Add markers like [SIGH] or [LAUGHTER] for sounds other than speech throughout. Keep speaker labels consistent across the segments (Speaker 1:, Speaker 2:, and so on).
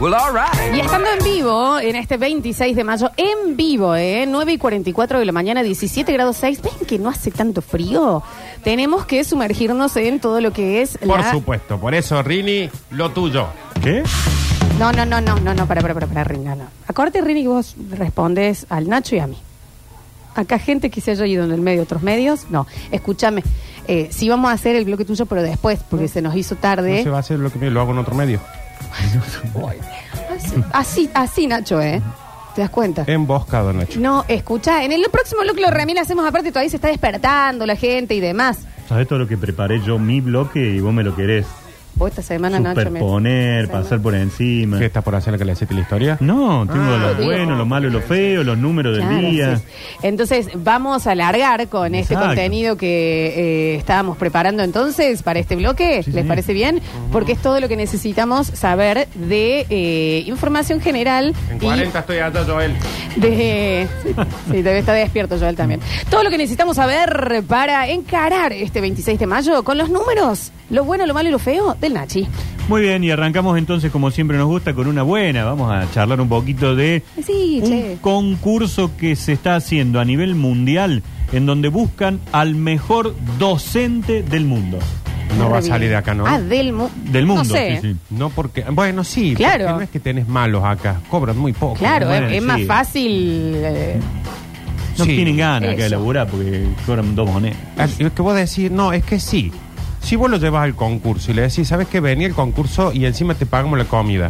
Speaker 1: Well, all right.
Speaker 2: Y estando en vivo, en este 26 de mayo, en vivo, ¿eh? 9 y 44 de la mañana, 17 grados 6. ¿Ven que no hace tanto frío? Tenemos que sumergirnos en todo lo que es
Speaker 3: Por
Speaker 2: la...
Speaker 3: supuesto, por eso, Rini, lo tuyo.
Speaker 4: ¿Qué?
Speaker 2: No, no, no, no, no, no, para, para, para, para, Rini, no, no. Acordate, Rini, que vos respondes al Nacho y a mí. Acá gente que se haya ido en el medio, otros medios, no. Escúchame, eh, sí vamos a hacer el bloque tuyo, pero después, porque se nos hizo
Speaker 3: No
Speaker 2: tarde.
Speaker 3: se va a hacer lo que me lo hago en otro medio.
Speaker 2: Así- así, así, Nacho, ¿eh? ¿Te das cuenta?
Speaker 3: Emboscado, Nacho.
Speaker 2: No, escucha, en el próximo bloque lo remil hacemos aparte, todavía se está despertando la gente y demás.
Speaker 4: ¿Sabes todo lo que preparé yo, mi bloque, y vos me lo querés
Speaker 2: Vos esta semana, Nacho, me-
Speaker 4: superponer,
Speaker 2: esta semana.
Speaker 4: pasar por encima?
Speaker 3: ¿Qué estás por hacer la que le hiciste la historia?
Speaker 4: No, tengo
Speaker 3: Ah,
Speaker 4: lo
Speaker 2: digo.
Speaker 4: bueno, lo malo y lo feo, los números del
Speaker 2: Claro,
Speaker 4: día.
Speaker 2: sí, sí. Entonces, vamos a alargar con este
Speaker 4: Exacto.
Speaker 2: contenido que eh, estábamos preparando entonces para este bloque.
Speaker 4: Sí,
Speaker 2: ¿Les
Speaker 4: señor.
Speaker 2: parece bien? Porque es todo lo que necesitamos saber de eh, información general
Speaker 3: En
Speaker 2: y
Speaker 3: 40 estoy allá, Joel.
Speaker 2: De... [LAUGHS] Sí, sí, debe estar despierto Joel también. Todo lo que necesitamos saber para encarar este 26 de mayo con los números, lo bueno, lo malo y lo feo del Nachi.
Speaker 4: Muy bien, y arrancamos entonces, como siempre nos gusta, con una buena. Vamos a charlar un poquito de
Speaker 2: Sí, che.
Speaker 4: un concurso que se está haciendo a nivel mundial, en donde buscan al mejor docente del mundo.
Speaker 3: No va a
Speaker 2: Re
Speaker 3: salir
Speaker 2: bien.
Speaker 3: de acá, ¿no?
Speaker 2: Ah, del, mu-
Speaker 4: Del mundo,
Speaker 2: No sé.
Speaker 4: sí, sí.
Speaker 3: No porque. Bueno, sí.
Speaker 2: Claro.
Speaker 3: porque No es que tenés malos acá. Cobran muy poco.
Speaker 2: Claro,
Speaker 4: Bueno,
Speaker 2: es, es
Speaker 4: sí.
Speaker 2: más fácil. eh,
Speaker 4: No
Speaker 3: Sí.
Speaker 4: tienen ganas acá de
Speaker 2: Eso.
Speaker 4: laburar porque cobran dos monedas.
Speaker 3: Ah, Es que vos decís, no, es que sí. Si vos lo llevas al concurso y le decís, ¿sabes qué? Vení al concurso y encima te pagamos la comida.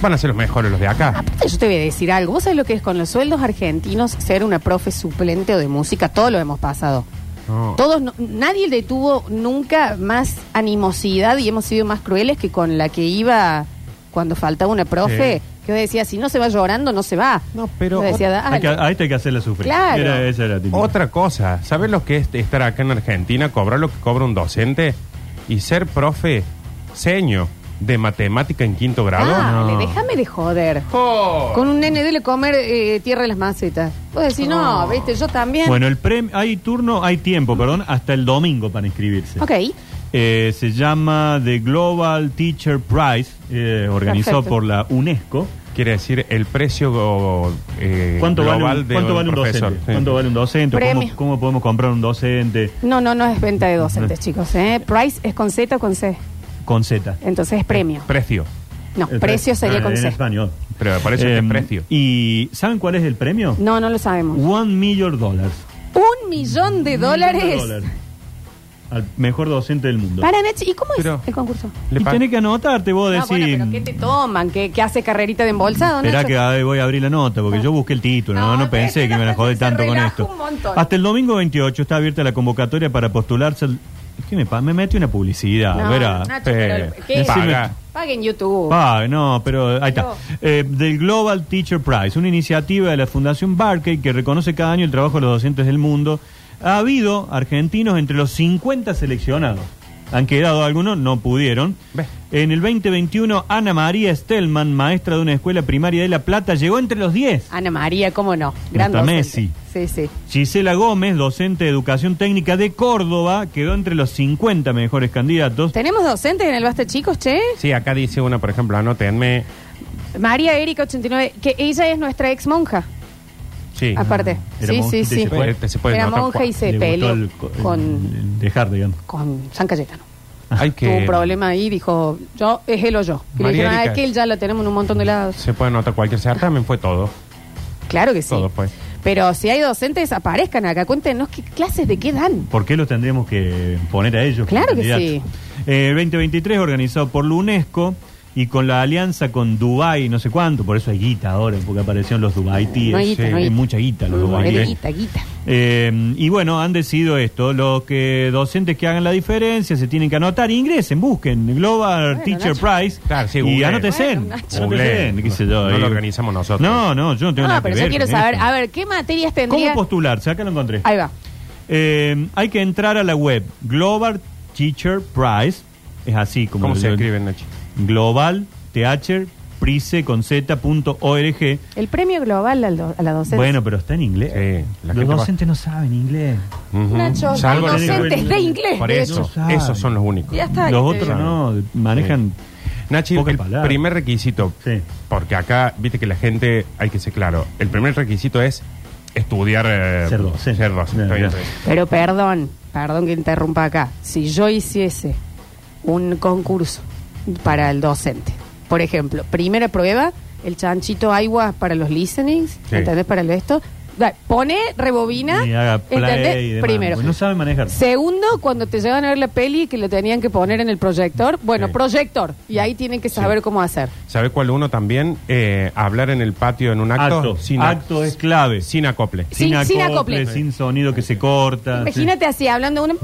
Speaker 3: Van a ser los mejores los de acá.
Speaker 2: Aparte, yo te voy a decir algo. ¿Vos sabés lo que es con los sueldos argentinos ser una profe suplente o de música? Todo lo hemos pasado.
Speaker 3: No.
Speaker 2: Todos, no- nadie le tuvo nunca más animosidad y hemos sido más crueles que con la que iba cuando faltaba una profe.
Speaker 3: Sí.
Speaker 2: Que yo decía, si no se va llorando, no se va.
Speaker 3: No, pero
Speaker 2: Yo decía,
Speaker 4: Hay que-
Speaker 2: dale.
Speaker 4: a esta hay que hacerla sufrir.
Speaker 2: Claro.
Speaker 4: Era- esa era la típica.
Speaker 3: Otra cosa, ¿sabes lo que es estar acá en Argentina, cobrar lo que cobra un docente y ser profe seño de matemática en quinto grado?
Speaker 2: Dale,
Speaker 4: No.
Speaker 2: déjame de joder.
Speaker 1: Oh.
Speaker 3: ¡Jo!
Speaker 2: Con un nene dele comer eh, tierra en las macetas. Vos decís, no, viste, yo también.
Speaker 4: Bueno, el premio, hay turno, hay tiempo, perdón, hasta el domingo para inscribirse.
Speaker 2: ok.
Speaker 4: Eh, se llama The Global Teacher Prize, eh, organizado
Speaker 2: Perfecto.
Speaker 4: por la UNESCO.
Speaker 3: Quiere decir el precio eh,
Speaker 4: ¿Cuánto vale,
Speaker 3: global
Speaker 4: un,
Speaker 3: de
Speaker 4: cuánto vale un
Speaker 3: profesor.
Speaker 4: docente?
Speaker 3: Sí.
Speaker 4: ¿Cuánto vale un docente?
Speaker 2: Premio.
Speaker 4: ¿Cómo, cómo podemos comprar un docente
Speaker 2: No, no, no es venta de docentes, chicos. ¿eh? Price es con Z o con C.
Speaker 4: con Z?
Speaker 2: Entonces es premio.
Speaker 3: Precio.
Speaker 2: No,
Speaker 4: El
Speaker 2: precio
Speaker 4: Eh, pre-
Speaker 2: sería
Speaker 4: Ah,
Speaker 2: con
Speaker 4: en
Speaker 2: C.
Speaker 4: español.
Speaker 3: Pero parece que es
Speaker 4: Em,
Speaker 3: precio.
Speaker 4: ¿Y saben cuál es el premio?
Speaker 2: No, no lo sabemos.
Speaker 4: One million dollars.
Speaker 2: Un millón de
Speaker 4: Un
Speaker 2: dólares.
Speaker 4: millón de dólares. Al mejor docente del mundo.
Speaker 2: Para Nachi, ¿y cómo
Speaker 3: Pero-
Speaker 2: es el concurso?
Speaker 3: Le
Speaker 4: Y
Speaker 3: pa-
Speaker 4: tenés que anotarte, vos
Speaker 2: No,
Speaker 4: decís.
Speaker 2: bueno, pero ¿qué te toman? ¿Qué, qué hace carrerita de embolsado,
Speaker 4: Esperá
Speaker 2: Nacho?
Speaker 4: que ay, voy a abrir la nota, porque yo busqué el título, no,
Speaker 2: No,
Speaker 4: no pensé
Speaker 2: espera,
Speaker 4: que me la jodé
Speaker 2: se
Speaker 4: tanto con
Speaker 2: relaja
Speaker 4: esto.
Speaker 2: un montón.
Speaker 4: Hasta el domingo 28 está abierta la convocatoria para postularse. al- Es que me, pa- me mete una publicidad,
Speaker 2: No,
Speaker 4: verá.
Speaker 2: Nacho, pero
Speaker 3: Eh,
Speaker 2: ¿qué?
Speaker 3: paga.
Speaker 2: Pague en YouTube.
Speaker 4: Pa, no, pero ahí está. Eh, del Global Teacher Prize, una iniciativa de la Fundación Barkey que reconoce cada año el trabajo de los docentes del mundo. Ha habido argentinos entre los 50 seleccionados. Han quedado algunos, no pudieron.
Speaker 3: Ve.
Speaker 4: En el 2021, Ana María Stellman, maestra de una escuela primaria de La Plata, llegó entre los 10.
Speaker 2: Ana María, cómo no. Gran
Speaker 4: Hasta
Speaker 2: docente.
Speaker 4: Messi.
Speaker 2: Sí, sí.
Speaker 4: Gisela Gómez, docente de Educación Técnica de Córdoba, quedó entre los 50 mejores candidatos.
Speaker 2: ¿Tenemos docentes en el Basta Chicos, che?
Speaker 3: Sí, acá dice una, por ejemplo, anótenme.
Speaker 2: María Erika, 89, que ella es nuestra ex monja,
Speaker 3: Sí.
Speaker 2: aparte.
Speaker 4: Era
Speaker 2: sí,
Speaker 4: monjita
Speaker 2: sí,
Speaker 4: y
Speaker 2: sí.
Speaker 4: se fue.
Speaker 3: Este se puede
Speaker 2: Era
Speaker 3: notar
Speaker 2: monja
Speaker 3: cuál-
Speaker 2: y se
Speaker 4: Le
Speaker 2: peleó
Speaker 4: gustó el co- el-
Speaker 2: con,
Speaker 4: el dejar, digamos.
Speaker 2: con San Cayetano.
Speaker 3: Hay que...
Speaker 2: Tuvo un problema ahí, dijo, yo, es él o yo. Y le
Speaker 3: María
Speaker 2: dijeron, ah,
Speaker 3: Erika.
Speaker 2: es que él ya lo tenemos en un montón de lados.
Speaker 3: Se puede notar cualquier certamen, fue todo.
Speaker 2: Claro que sí.
Speaker 3: Todo fue.
Speaker 2: Pero si hay docentes, aparezcan acá. Cuéntenos qué clases de qué dan.
Speaker 4: ¿Por qué los tendríamos que poner a ellos? como
Speaker 2: Claro que
Speaker 4: candidatos?
Speaker 2: sí.
Speaker 4: Eh, 2023 organizado por la UNESCO y con la alianza con Dubai, no sé cuánto, por eso hay guita ahora, porque aparecieron los Dubaitíes.
Speaker 2: No hay guita,
Speaker 4: Sí,
Speaker 2: no hay guita.
Speaker 4: mucha guita los
Speaker 2: Mm,
Speaker 4: Dubaitíes.
Speaker 2: es guita, guita.
Speaker 4: Eh, y bueno, han decidido esto, los que docentes que hagan la diferencia se tienen que anotar, ingresen, busquen Global
Speaker 2: Bueno,
Speaker 4: Teacher
Speaker 2: Nacho.
Speaker 4: Prize
Speaker 3: Claro, sí,
Speaker 4: y
Speaker 3: googleen.
Speaker 4: anótense,
Speaker 2: Bueno, Nacho.
Speaker 4: anótense, qué sé yo,
Speaker 3: No lo
Speaker 4: eh.
Speaker 3: organizamos nosotros.
Speaker 4: No, no, yo no tengo
Speaker 2: No,
Speaker 4: nada
Speaker 2: Ah, pero
Speaker 4: que
Speaker 2: yo
Speaker 4: ver
Speaker 2: quiero
Speaker 4: con
Speaker 2: saber,
Speaker 4: esto.
Speaker 2: a ver, ¿qué materias
Speaker 4: ¿Cómo
Speaker 2: tendría?
Speaker 4: postularse? Acá lo encontré.
Speaker 2: Ahí va.
Speaker 4: Eh, hay que entrar a la web Global Teacher Prize. Es así como
Speaker 3: ¿Cómo
Speaker 4: lo-
Speaker 3: se
Speaker 4: lo-
Speaker 3: escribe, Nachi?
Speaker 4: Global Teacher Prize con Z punto org.
Speaker 2: El premio global al do- a la docencia.
Speaker 4: Bueno, pero está en inglés.
Speaker 3: Sí, la
Speaker 4: los
Speaker 3: gente va-
Speaker 4: docentes no saben inglés.
Speaker 3: Ujú.
Speaker 2: Nacho,
Speaker 3: Salvo
Speaker 2: hay
Speaker 3: el-
Speaker 2: docentes de inglés.
Speaker 3: Por
Speaker 2: de
Speaker 3: eso,
Speaker 4: No sabe.
Speaker 3: esos son los únicos.
Speaker 2: Ya está. este,
Speaker 4: los
Speaker 2: ya te
Speaker 4: otros
Speaker 2: digo.
Speaker 4: no, manejan.
Speaker 3: Nachi,
Speaker 4: Pocas
Speaker 3: el
Speaker 4: palabras.
Speaker 3: primer requisito,
Speaker 4: Sí.
Speaker 3: porque acá, viste que la gente, hay que ser claro, el primer requisito es estudiar... eh,
Speaker 4: Ser docente.
Speaker 3: ser docente.
Speaker 4: Bien,
Speaker 3: Estoy-
Speaker 4: bien.
Speaker 2: Pero perdón, perdón que interrumpa acá. Si yo hiciese un concurso para el docente, por ejemplo, primera prueba, el chanchito agua para los listenings,
Speaker 3: Sí.
Speaker 2: ¿entendés? Para el esto. Da, Pone, rebobina,
Speaker 4: Y haga play y
Speaker 2: ¿entendés?
Speaker 4: demás.
Speaker 2: Primero.
Speaker 4: Porque No sabe manejar.
Speaker 2: Segundo, cuando te llevan a ver la peli que lo tenían que poner en el proyector, bueno,
Speaker 4: Sí.
Speaker 2: proyector, y ahí tienen que saber cómo hacer.
Speaker 3: ¿Sabe cuál uno también? Eh, hablar en el patio en un acto,
Speaker 4: Acto.
Speaker 3: sin, a-
Speaker 4: Acto es clave.
Speaker 3: sin acople.
Speaker 2: Sí. Sin- sin acople.
Speaker 4: Sin sonido que se corta.
Speaker 2: Imagínate así, hablando una...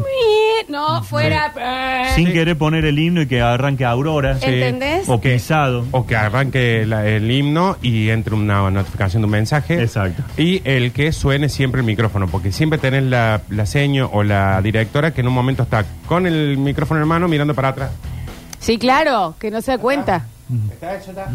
Speaker 2: No, fuera... eh".
Speaker 4: sí. Sin querer poner el himno y que arranque Aurora.
Speaker 3: Sí.
Speaker 2: ¿Entendés?
Speaker 4: O pisado.
Speaker 3: O que arranque la- el himno y entre una notificación de un mensaje.
Speaker 4: Exacto.
Speaker 3: Y el que suene siempre el micrófono, porque siempre tenés la, la seño o la directora que en un momento está con el micrófono en mano mirando para atrás.
Speaker 2: Sí, claro, que no se da cuenta.
Speaker 3: Está hecho, está.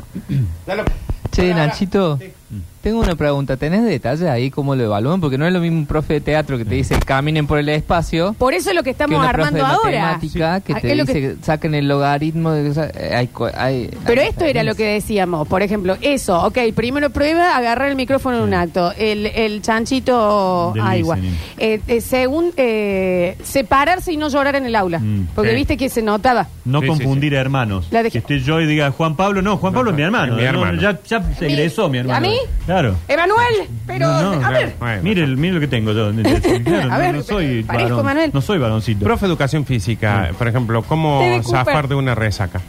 Speaker 1: Che, Nachito, mm. tengo una pregunta. ¿Tenés detalles ahí cómo lo evalúan? Porque no es lo mismo un profe de teatro que te dice caminen por el espacio.
Speaker 2: Por eso es lo que
Speaker 1: que
Speaker 2: estamos
Speaker 1: una profe
Speaker 2: armando
Speaker 1: de
Speaker 2: ahora.
Speaker 1: matemática que
Speaker 2: Ah,
Speaker 1: te
Speaker 2: es lo
Speaker 1: dice Ah,
Speaker 2: que-
Speaker 1: que saquen el logaritmo. De, o sea, eh, hay co- hay-
Speaker 2: Pero
Speaker 1: hay
Speaker 2: esto era lo que decíamos, por ejemplo, eso, ok, primero prueba agarrar el micrófono en un acto, el, el chanchito
Speaker 4: Del
Speaker 2: agua,
Speaker 4: listening.
Speaker 2: eh, eh, según eh, separarse y no llorar en el aula,
Speaker 4: Mm,
Speaker 2: porque
Speaker 3: sí.
Speaker 2: viste que se notaba.
Speaker 4: No
Speaker 3: Sí, sí,
Speaker 4: confundir hermanos.
Speaker 2: La dejé-
Speaker 4: Que esté yo y diga Juan Pablo, no, Juan
Speaker 3: No,
Speaker 4: Pablo es mi
Speaker 3: no,
Speaker 4: hermano.
Speaker 3: es mi
Speaker 4: No, no,
Speaker 3: hermano.
Speaker 4: ya, ya se
Speaker 2: ¿A mí?
Speaker 4: egresó mi hermano.
Speaker 2: ¿A mí?
Speaker 4: Claro.
Speaker 2: Emanuel, pero
Speaker 4: No, no,
Speaker 2: a
Speaker 4: claro.
Speaker 2: ver,
Speaker 3: Bueno.
Speaker 4: Mire, el- mire lo que
Speaker 2: [LAUGHS]
Speaker 4: tengo yo. Claro,
Speaker 2: A ver,
Speaker 4: no, no soy
Speaker 2: parezco
Speaker 4: varón.
Speaker 2: Manuel.
Speaker 4: No soy varoncito.
Speaker 3: Profe de educación física, por ejemplo, ¿cómo
Speaker 2: T.D. Cooper.
Speaker 3: zafar de una resaca?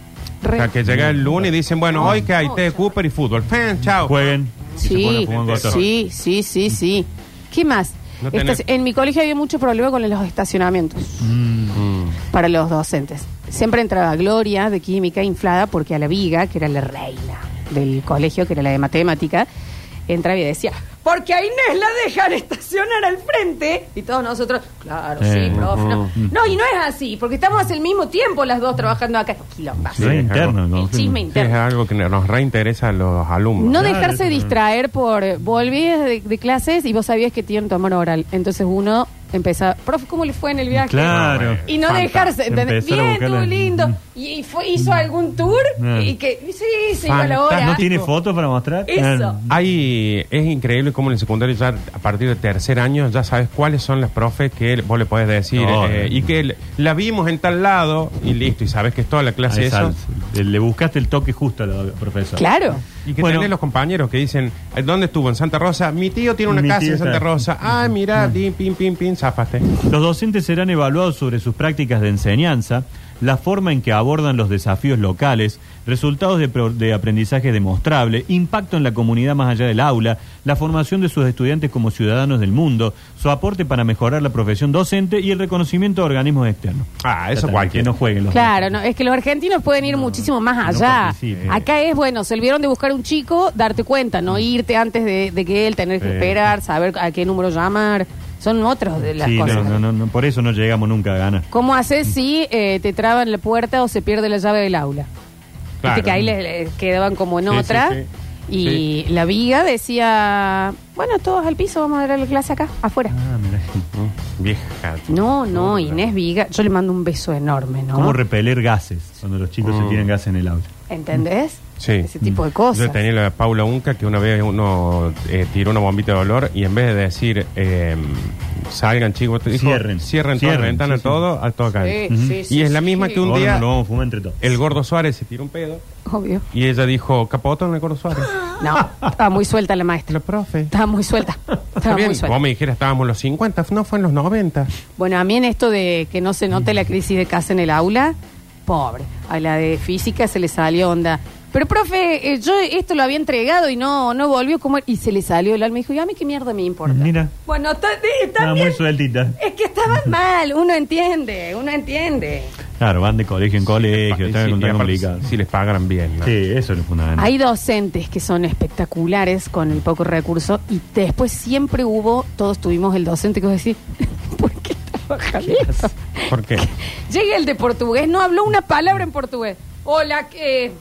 Speaker 2: Re-
Speaker 3: O sea, que llega el lunes y dicen, bueno, hoy que hay T.D. Cooper y fútbol. Fan, chao.
Speaker 4: Jueguen.
Speaker 2: sí,
Speaker 4: Juan Gotor.
Speaker 2: sí, sí, sí, sí. ¿Qué más?
Speaker 3: No tenés-
Speaker 2: Estas- en mi colegio había mucho problema con los estacionamientos.
Speaker 3: Mm.
Speaker 2: para los docentes. Siempre entraba Gloria de química inflada porque a la viga, que era la reina del colegio, que era la de matemática, entraba y decía, porque a Inés la dejan estacionar al frente. Y todos nosotros, claro,
Speaker 4: Eh,
Speaker 2: sí, profe. No.
Speaker 3: ujú.
Speaker 2: No, y no es así, porque estamos hace el mismo tiempo las dos trabajando acá. Quilombas.
Speaker 4: No
Speaker 3: Sí,
Speaker 4: es interno.
Speaker 3: algo-
Speaker 4: no.
Speaker 2: El chisme
Speaker 3: Sí, es
Speaker 2: interno.
Speaker 3: algo que nos reinteresa a los alumnos.
Speaker 2: No
Speaker 4: Claro,
Speaker 2: dejarse
Speaker 4: eso no.
Speaker 2: distraer por. Volvías de, de clases y vos sabías que tienen tomar oral. Entonces uno empezaba, profe, ¿cómo le fue en el viaje?
Speaker 4: Claro.
Speaker 2: Y no
Speaker 3: Fanta.
Speaker 2: dejarse, ¿entendés?
Speaker 4: Empezar a
Speaker 2: Bien,
Speaker 4: buscarla.
Speaker 2: tú lindo. Y fue, hizo algún tour
Speaker 4: Mm.
Speaker 2: y que. Sí, se iba a la
Speaker 3: Fanta-
Speaker 2: hora.
Speaker 4: Ah, ¿No tiene fotos para mostrar? Ah,
Speaker 2: Eso.
Speaker 3: Hay, es increíble cómo en el secundario ya a partir del tercer año ya sabes cuáles son las profes que vos le podés decir
Speaker 4: No,
Speaker 3: eh,
Speaker 4: eh.
Speaker 3: y que l- la vimos en tal lado y listo y sabes que es toda la
Speaker 4: Ah,
Speaker 3: clase de
Speaker 4: esa-
Speaker 3: eso
Speaker 4: Le buscaste el toque justo a la profesora.
Speaker 2: Claro.
Speaker 3: y que
Speaker 4: Bueno.
Speaker 3: tenés los compañeros que dicen "Eh, ¿dónde estuvo? En Santa Rosa mi tío tiene una
Speaker 4: Mi
Speaker 3: casa
Speaker 4: tío
Speaker 3: en Santa
Speaker 4: está- Mm.
Speaker 3: Rosa ah mirá pim pim pim pim zafaste
Speaker 4: Los docentes serán evaluados sobre sus prácticas de enseñanza, la forma en que abordan los desafíos locales, resultados de, pro- de aprendizaje demostrable, impacto en la comunidad más allá del aula, la formación de sus estudiantes como ciudadanos del mundo, su aporte para mejorar la profesión docente y el reconocimiento de organismos externos.
Speaker 3: ah eso
Speaker 4: Tratan de Que
Speaker 3: cualquiera
Speaker 4: no jueguen los
Speaker 2: Claro, no, es que los argentinos pueden ir muchísimo más allá.
Speaker 4: participen.
Speaker 2: Acá es, bueno, se olvidaron de buscar un chico, darte cuenta, no irte antes de, de que él, tener que
Speaker 4: Sí.
Speaker 2: esperar, saber a qué número llamar. Son otros de las
Speaker 4: Sí, no,
Speaker 2: cosas.
Speaker 4: no, no, no, por eso no llegamos nunca a ganar.
Speaker 2: ¿Cómo haces si eh, te traban la puerta o se pierde la llave del aula?
Speaker 3: Claro.
Speaker 2: Viste que ahí les, les quedaban como en
Speaker 3: Sí, sí,
Speaker 2: otra.
Speaker 3: sí.
Speaker 2: Y la viga decía, bueno, todos al piso, vamos a dar la clase acá, afuera.
Speaker 4: Ah, mirá.
Speaker 3: Mm, vieja
Speaker 2: No, no,
Speaker 3: Puta.
Speaker 2: Inés Viga, yo le mando un beso enorme, ¿no?
Speaker 4: ¿Cómo repeler gases cuando los chicos se
Speaker 3: Mm.
Speaker 4: tienen gases en el aula?
Speaker 2: ¿Entendés?
Speaker 3: Sí.
Speaker 2: Ese tipo de cosas.
Speaker 3: Yo tenía la de Paula Unca que una vez uno eh, tiró una bombita de olor y en vez de decir eh, salgan chicos, te dijo,
Speaker 4: Cierren.
Speaker 3: cierren, todas
Speaker 4: Cierren,
Speaker 3: las ventanas,
Speaker 4: sí, sí.
Speaker 3: todo, a todo acá.
Speaker 2: Sí,
Speaker 3: Y
Speaker 2: sí, sí,
Speaker 3: es la
Speaker 2: sí.
Speaker 3: misma que un
Speaker 4: Ahora
Speaker 3: día
Speaker 4: nos lo vamos a fumar entre todos.
Speaker 3: el gordo Suárez se tiró un pedo
Speaker 2: Obvio.
Speaker 3: y ella dijo, capotón el
Speaker 2: [GASPS]
Speaker 3: gordo Suárez.
Speaker 2: No, estaba muy suelta la maestra.
Speaker 3: La profe.
Speaker 2: Estaba muy
Speaker 3: [LAUGHS]
Speaker 2: suelta. Estaba
Speaker 3: Bien,
Speaker 2: muy
Speaker 3: vos
Speaker 2: suelta.
Speaker 3: me dijeras, estábamos en los 50, no fue en los 90.
Speaker 2: Bueno, a mí en esto de que no se note la crisis de casa en el aula, pobre. A la de física se le salió onda. Pero, profe, eh, yo esto lo había entregado y no, no volvió. ¿cómo era? Y se le salió el alma y dijo, ¿y a mí qué mierda me importa?
Speaker 4: Mira.
Speaker 2: Bueno, está, sí, está
Speaker 4: Estaba
Speaker 2: bien.
Speaker 4: Mm, Ah, muy sueltita.
Speaker 2: Es que estaba mal, uno entiende, uno entiende.
Speaker 4: Claro, van de colegio en colegio,
Speaker 3: Y
Speaker 4: están
Speaker 3: si-
Speaker 4: en
Speaker 3: y
Speaker 4: tan
Speaker 3: aparte,
Speaker 4: complicado.
Speaker 3: Si les pagaran bien. ¿no?
Speaker 4: Sí, eso es lo fundamental.
Speaker 2: Hay docentes que son espectaculares con el poco recurso y después siempre hubo, todos tuvimos el docente que vos decís, [LAUGHS] ¿por qué trabaja esto?
Speaker 3: ¿Por
Speaker 4: [LAUGHS]
Speaker 3: qué?
Speaker 2: Llega el de portugués, no habló una palabra en portugués. Hola, ¿qué,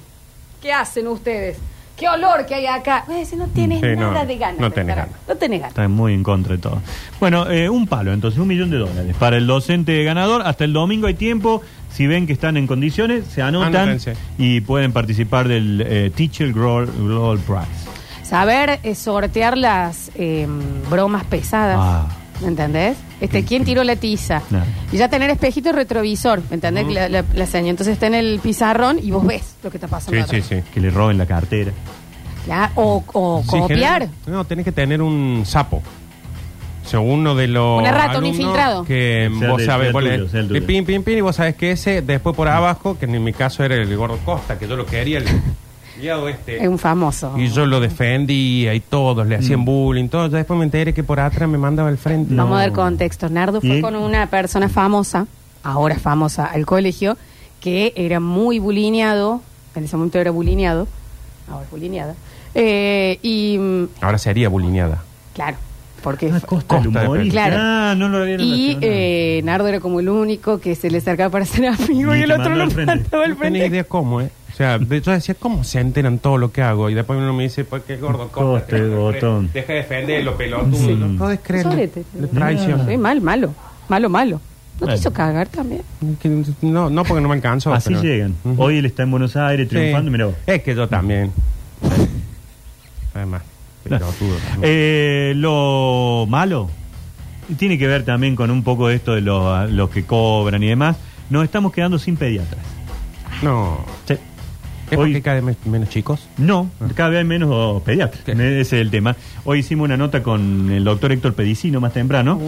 Speaker 2: qué hacen ustedes? ¿Qué olor que hay acá? Vos decís, no tienes
Speaker 3: Sí, no,
Speaker 2: nada de ganas.
Speaker 3: no
Speaker 2: de
Speaker 3: tenés
Speaker 2: estar acá.
Speaker 3: ganas.
Speaker 2: No tenés ganas.
Speaker 4: Está muy en contra de todo. Bueno, eh, un palo, entonces, un millón de dólares para el docente ganador. Hasta el domingo hay tiempo. Si ven que están en condiciones, se anotan
Speaker 3: Anótense.
Speaker 4: y pueden participar del eh, Teacher Global, Global Prize.
Speaker 2: Saber eh, sortear las eh, bromas pesadas.
Speaker 4: Ah.
Speaker 2: ¿Me entendés? Este, ¿Quién tiró la tiza?
Speaker 4: Claro.
Speaker 2: Y ya tener espejito y retrovisor. ¿Me
Speaker 3: Mm.
Speaker 2: entendés? La, la- la señal. Entonces está en el pizarrón y vos ves lo que está pasando.
Speaker 3: Sí, sí,
Speaker 2: atrás.
Speaker 3: sí.
Speaker 4: Que le roben la cartera.
Speaker 2: La- o o
Speaker 3: Sí,
Speaker 2: copiar.
Speaker 3: general- eh, no, tenés que tener un sapo. Según uno de los.
Speaker 2: Una rata, un
Speaker 3: alumnos
Speaker 2: infiltrado.
Speaker 3: Que
Speaker 4: Sea
Speaker 3: vos
Speaker 4: de-
Speaker 3: sabés
Speaker 4: sea
Speaker 3: cuál
Speaker 4: tuyo,
Speaker 3: es.
Speaker 4: sea el tuyo.
Speaker 3: Y pin, pin, pin, y vos sabés que ese, después por abajo, que en mi caso era el gordo Costa, que yo lo quería,
Speaker 2: [LAUGHS]
Speaker 3: el guiado
Speaker 2: Es
Speaker 3: este.
Speaker 2: un famoso.
Speaker 3: Y yo lo defendía y todos le
Speaker 4: Mm.
Speaker 3: hacían bullying, todo. Ya después me enteré que por atrás me mandaba al frente.
Speaker 2: Vamos a dar contexto. Nardo fue
Speaker 4: Y-
Speaker 2: con una persona famosa, ahora famosa, al colegio, que era muy bulineado. En ese momento era bulineado. Ahora es bulineada. Eh, y, mm,
Speaker 3: Ahora sería bulineada.
Speaker 2: claro, porque...
Speaker 4: Ah,
Speaker 2: fue-
Speaker 4: Costa, el
Speaker 3: Costa,
Speaker 4: humorista.
Speaker 2: claro.
Speaker 4: Ah, no lo había
Speaker 2: Y
Speaker 4: relacionado.
Speaker 2: eh, Nardo era como el único que se le acercaba para ser [LAUGHS] amigo
Speaker 4: Y
Speaker 2: y,
Speaker 4: te
Speaker 2: el otro
Speaker 4: mandó
Speaker 2: lo
Speaker 4: al frente.
Speaker 2: mandaba al
Speaker 3: No tenía
Speaker 2: frente.
Speaker 3: idea cómo, ¿eh? O sea, de- yo decía, ¿cómo se enteran todo lo que hago? Y después uno me dice, ¿por qué es gordo Costa?
Speaker 4: Costa, botón.
Speaker 3: Deja de defender los pelotudos. No podés creerlo.
Speaker 2: Sórete.
Speaker 3: Le traición.
Speaker 2: Sí, mal, malo. Malo, malo. ¿No
Speaker 4: Bueno.
Speaker 2: te hizo cagar también?
Speaker 3: Que- No, no porque no me alcanzó.
Speaker 4: Así
Speaker 3: pero-
Speaker 4: llegan.
Speaker 3: Ujú.
Speaker 4: Hoy él está en Buenos Aires
Speaker 3: Sí.
Speaker 4: triunfando, mirá vos.
Speaker 3: Es que yo también. Además, pelotudo.
Speaker 4: Eh, lo malo tiene que ver también con un poco de esto de los, los que cobran y demás. Nos estamos quedando sin pediatras.
Speaker 3: No.
Speaker 4: Sí.
Speaker 3: ¿Es
Speaker 4: Hoy-
Speaker 3: porque cada vez men- menos chicos?
Speaker 4: No, cada vez hay menos pediatras. Ese es el tema. Hoy hicimos una nota con el doctor Héctor Pedicino más temprano,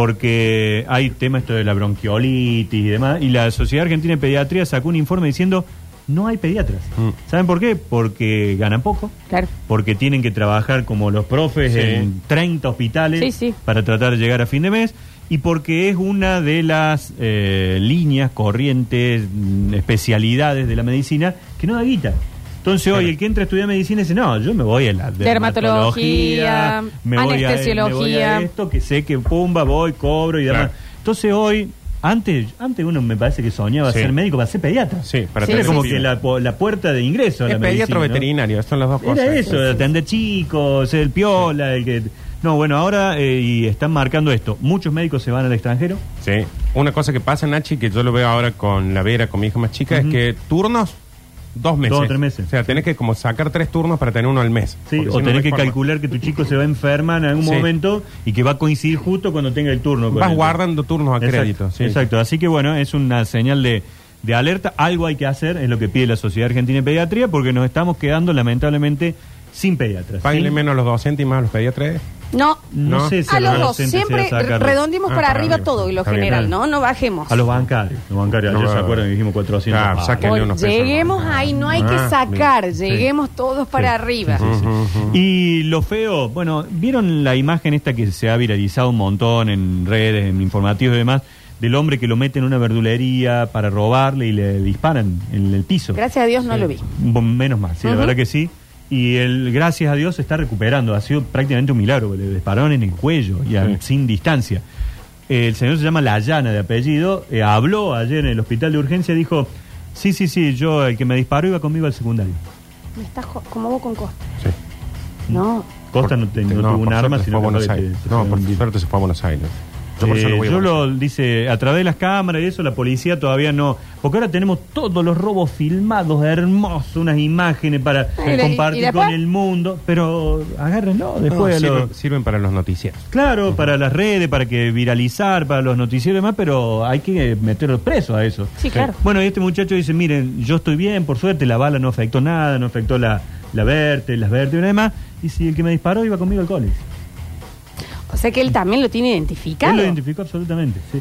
Speaker 4: porque hay tema esto de la bronquiolitis y demás, y la Sociedad Argentina de Pediatría sacó un informe diciendo no hay pediatras.
Speaker 3: Mm.
Speaker 4: ¿Saben por qué? Porque ganan poco,
Speaker 2: Claro.
Speaker 4: porque tienen que trabajar como los profes
Speaker 3: Sí.
Speaker 4: en 30 hospitales
Speaker 2: Sí, sí.
Speaker 4: para tratar de llegar a fin de mes. Y porque es una de las eh, líneas, corrientes, mm, especialidades de la medicina que no da guita. Entonces hoy el que entra a estudiar medicina dice, no, yo me voy a la
Speaker 2: Dermatología,
Speaker 4: dermatología, me voy, a, me voy a
Speaker 2: anestesiología.
Speaker 4: esto, que sé que pumba, voy, cobro y demás.
Speaker 3: Claro.
Speaker 4: Entonces hoy, antes antes uno me parece que soñaba
Speaker 3: Sí.
Speaker 4: ser médico, va a ser pediatra.
Speaker 3: Sí, para
Speaker 2: Sí,
Speaker 4: Era
Speaker 3: tener
Speaker 4: como
Speaker 3: sentido.
Speaker 4: que la, po- la puerta de ingreso a
Speaker 3: Es
Speaker 4: la medicina.
Speaker 3: pediatra
Speaker 4: ¿no?
Speaker 3: veterinario, son las dos cosas.
Speaker 4: Era eso, de atender chicos, el piola, el que... No, bueno, ahora eh, y están marcando esto. Muchos médicos se van al extranjero.
Speaker 3: Sí. Una cosa que pasa, Nachi, que yo lo veo ahora con la Vera, con mi hija más chica,
Speaker 4: Ujú.
Speaker 3: es que turnos, dos meses.
Speaker 4: Dos o tres meses.
Speaker 3: O sea, tenés que como sacar tres turnos para tener uno al mes.
Speaker 4: Sí,
Speaker 3: porque
Speaker 4: o
Speaker 3: si no,
Speaker 4: tenés
Speaker 3: no hay
Speaker 4: que
Speaker 3: forma.
Speaker 4: calcular que tu chico se va a enfermar en algún
Speaker 3: Sí.
Speaker 4: momento y que va a coincidir justo cuando tenga el turno. con
Speaker 3: Vas
Speaker 4: el-
Speaker 3: guardando turnos a crédito. sí.
Speaker 4: Exacto, así que bueno, es una señal de, de alerta. Algo hay que hacer, es lo que pide la Sociedad Argentina de Pediatría, porque nos estamos quedando lamentablemente sin pediatras.
Speaker 3: Páguenle
Speaker 4: ¿sí?
Speaker 3: menos a los docentes y más a los pediatras.
Speaker 2: No.
Speaker 4: No,
Speaker 3: No.
Speaker 4: sé si
Speaker 2: A los
Speaker 4: los
Speaker 2: dos,
Speaker 4: docentes
Speaker 2: siempre
Speaker 4: se va a sacar-
Speaker 2: redondimos
Speaker 3: Ah,
Speaker 2: para
Speaker 3: para
Speaker 2: arriba
Speaker 3: arriba.
Speaker 2: todo y lo
Speaker 3: Está bien.
Speaker 2: general,
Speaker 4: Claro.
Speaker 2: ¿no? No bajemos.
Speaker 4: A los bancarios. Los bancarios, ayer
Speaker 3: No, Ah,
Speaker 4: se
Speaker 3: no,
Speaker 4: acuerdan que dijimos 400.
Speaker 3: Claro,
Speaker 4: pavos.
Speaker 3: saquen. Sáquenle unos pesos,
Speaker 2: lleguemos
Speaker 3: ¿no?
Speaker 2: ahí, no hay que
Speaker 3: Ah,
Speaker 2: sacar,
Speaker 3: bien.
Speaker 2: lleguemos todos para
Speaker 4: Sí.
Speaker 2: arriba.
Speaker 4: Sí, sí.
Speaker 3: Ujú,
Speaker 4: Y lo feo, bueno, ¿vieron la imagen esta que se ha viralizado un montón en redes, en informativos y demás? Del hombre que lo mete en una verdulería para robarle y le disparan en el piso.
Speaker 2: Gracias a Dios no lo vi.
Speaker 4: Bo- Menos mal, sí,
Speaker 2: Ujú.
Speaker 4: la verdad que sí. Y él, gracias a Dios, se está recuperando. Ha sido prácticamente un milagro. Le dispararon en el cuello y a-
Speaker 3: Sí.
Speaker 4: sin distancia. Eh, el señor se llama Layana de apellido. eh, habló ayer en el hospital de urgencia. Dijo: Sí, sí, sí, yo, el que me disparó iba conmigo al secundario.
Speaker 2: Me estás jo- como vos con Costa.
Speaker 3: Sí.
Speaker 2: No.
Speaker 4: Costa no, te- no tuvo
Speaker 3: por
Speaker 4: un arma,
Speaker 3: suerte se
Speaker 4: sino
Speaker 3: fue a
Speaker 4: que
Speaker 3: Buenos
Speaker 4: fue que
Speaker 3: Aires.
Speaker 4: te-
Speaker 3: No,
Speaker 4: te-
Speaker 3: por suerte se fue a Buenos Aires. Yo por eso
Speaker 4: Eh,
Speaker 3: no voy a
Speaker 4: yo
Speaker 3: Buenos
Speaker 4: lo dice a través de las cámaras y eso la policía todavía no, porque ahora tenemos todos los robos filmados, hermosos, unas imágenes para
Speaker 2: Ay, y- y
Speaker 4: compartir
Speaker 2: después-
Speaker 4: con el mundo, pero agárrenlo
Speaker 3: Aires. No,
Speaker 4: después a
Speaker 3: sirven-
Speaker 4: los-
Speaker 3: Sirven para los noticieros.
Speaker 4: Claro, para las redes, para que viralizar, para los noticieros y demás, pero hay que meterlos presos a eso.
Speaker 2: Sí, claro.
Speaker 4: Bueno, y este muchacho dice, miren, yo estoy bien, por suerte, la bala no afectó nada, no afectó la, la verte, las vértebras y demás, y si el que me disparó iba conmigo al college.
Speaker 2: O sea que él también lo tiene identificado.
Speaker 4: Él lo identificó absolutamente, sí.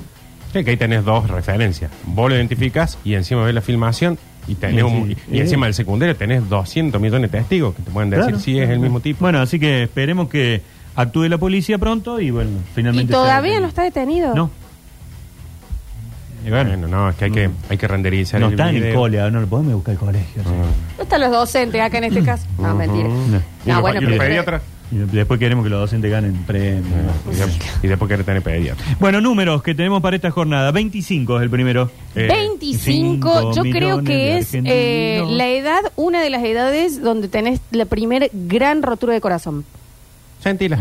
Speaker 3: Sí, que ahí tenés dos referencias. Vos lo identificas y encima ves la filmación y tenés
Speaker 4: Y
Speaker 3: un-
Speaker 4: sí,
Speaker 3: y
Speaker 4: eh.
Speaker 3: encima del secundario tenés 200 millones de testigos que te pueden decir
Speaker 4: Claro.
Speaker 3: si es el mismo tipo.
Speaker 4: Bueno, así que esperemos que actúe la policía pronto y bueno,
Speaker 2: y
Speaker 4: finalmente...
Speaker 2: todavía
Speaker 4: sea-
Speaker 2: no está detenido.
Speaker 4: No. Y bueno,
Speaker 3: Bueno, no, es que hay que, hay que renderizar
Speaker 4: no
Speaker 3: el
Speaker 4: está en el
Speaker 3: video.
Speaker 4: cole, ahora no lo podemos buscar al colegio. sí.
Speaker 2: No están los docentes acá en
Speaker 4: Mm.
Speaker 2: este caso. No, mentira.
Speaker 4: No.
Speaker 2: No,
Speaker 3: Y los-
Speaker 2: bueno,
Speaker 3: y los
Speaker 2: pero-
Speaker 3: pediatras.
Speaker 4: Y después queremos que los docentes ganen premios.
Speaker 3: Y de- Y después quiere tener pediatra.
Speaker 4: Bueno, números que tenemos para esta jornada. 25 es el primero.
Speaker 3: Eh,
Speaker 2: 25, yo
Speaker 4: cinco
Speaker 2: creo
Speaker 4: millones
Speaker 2: que
Speaker 4: de
Speaker 2: es eh,
Speaker 4: argentinos.
Speaker 2: la edad, una de las edades donde tenés la primer gran rotura de corazón.
Speaker 3: Sentila.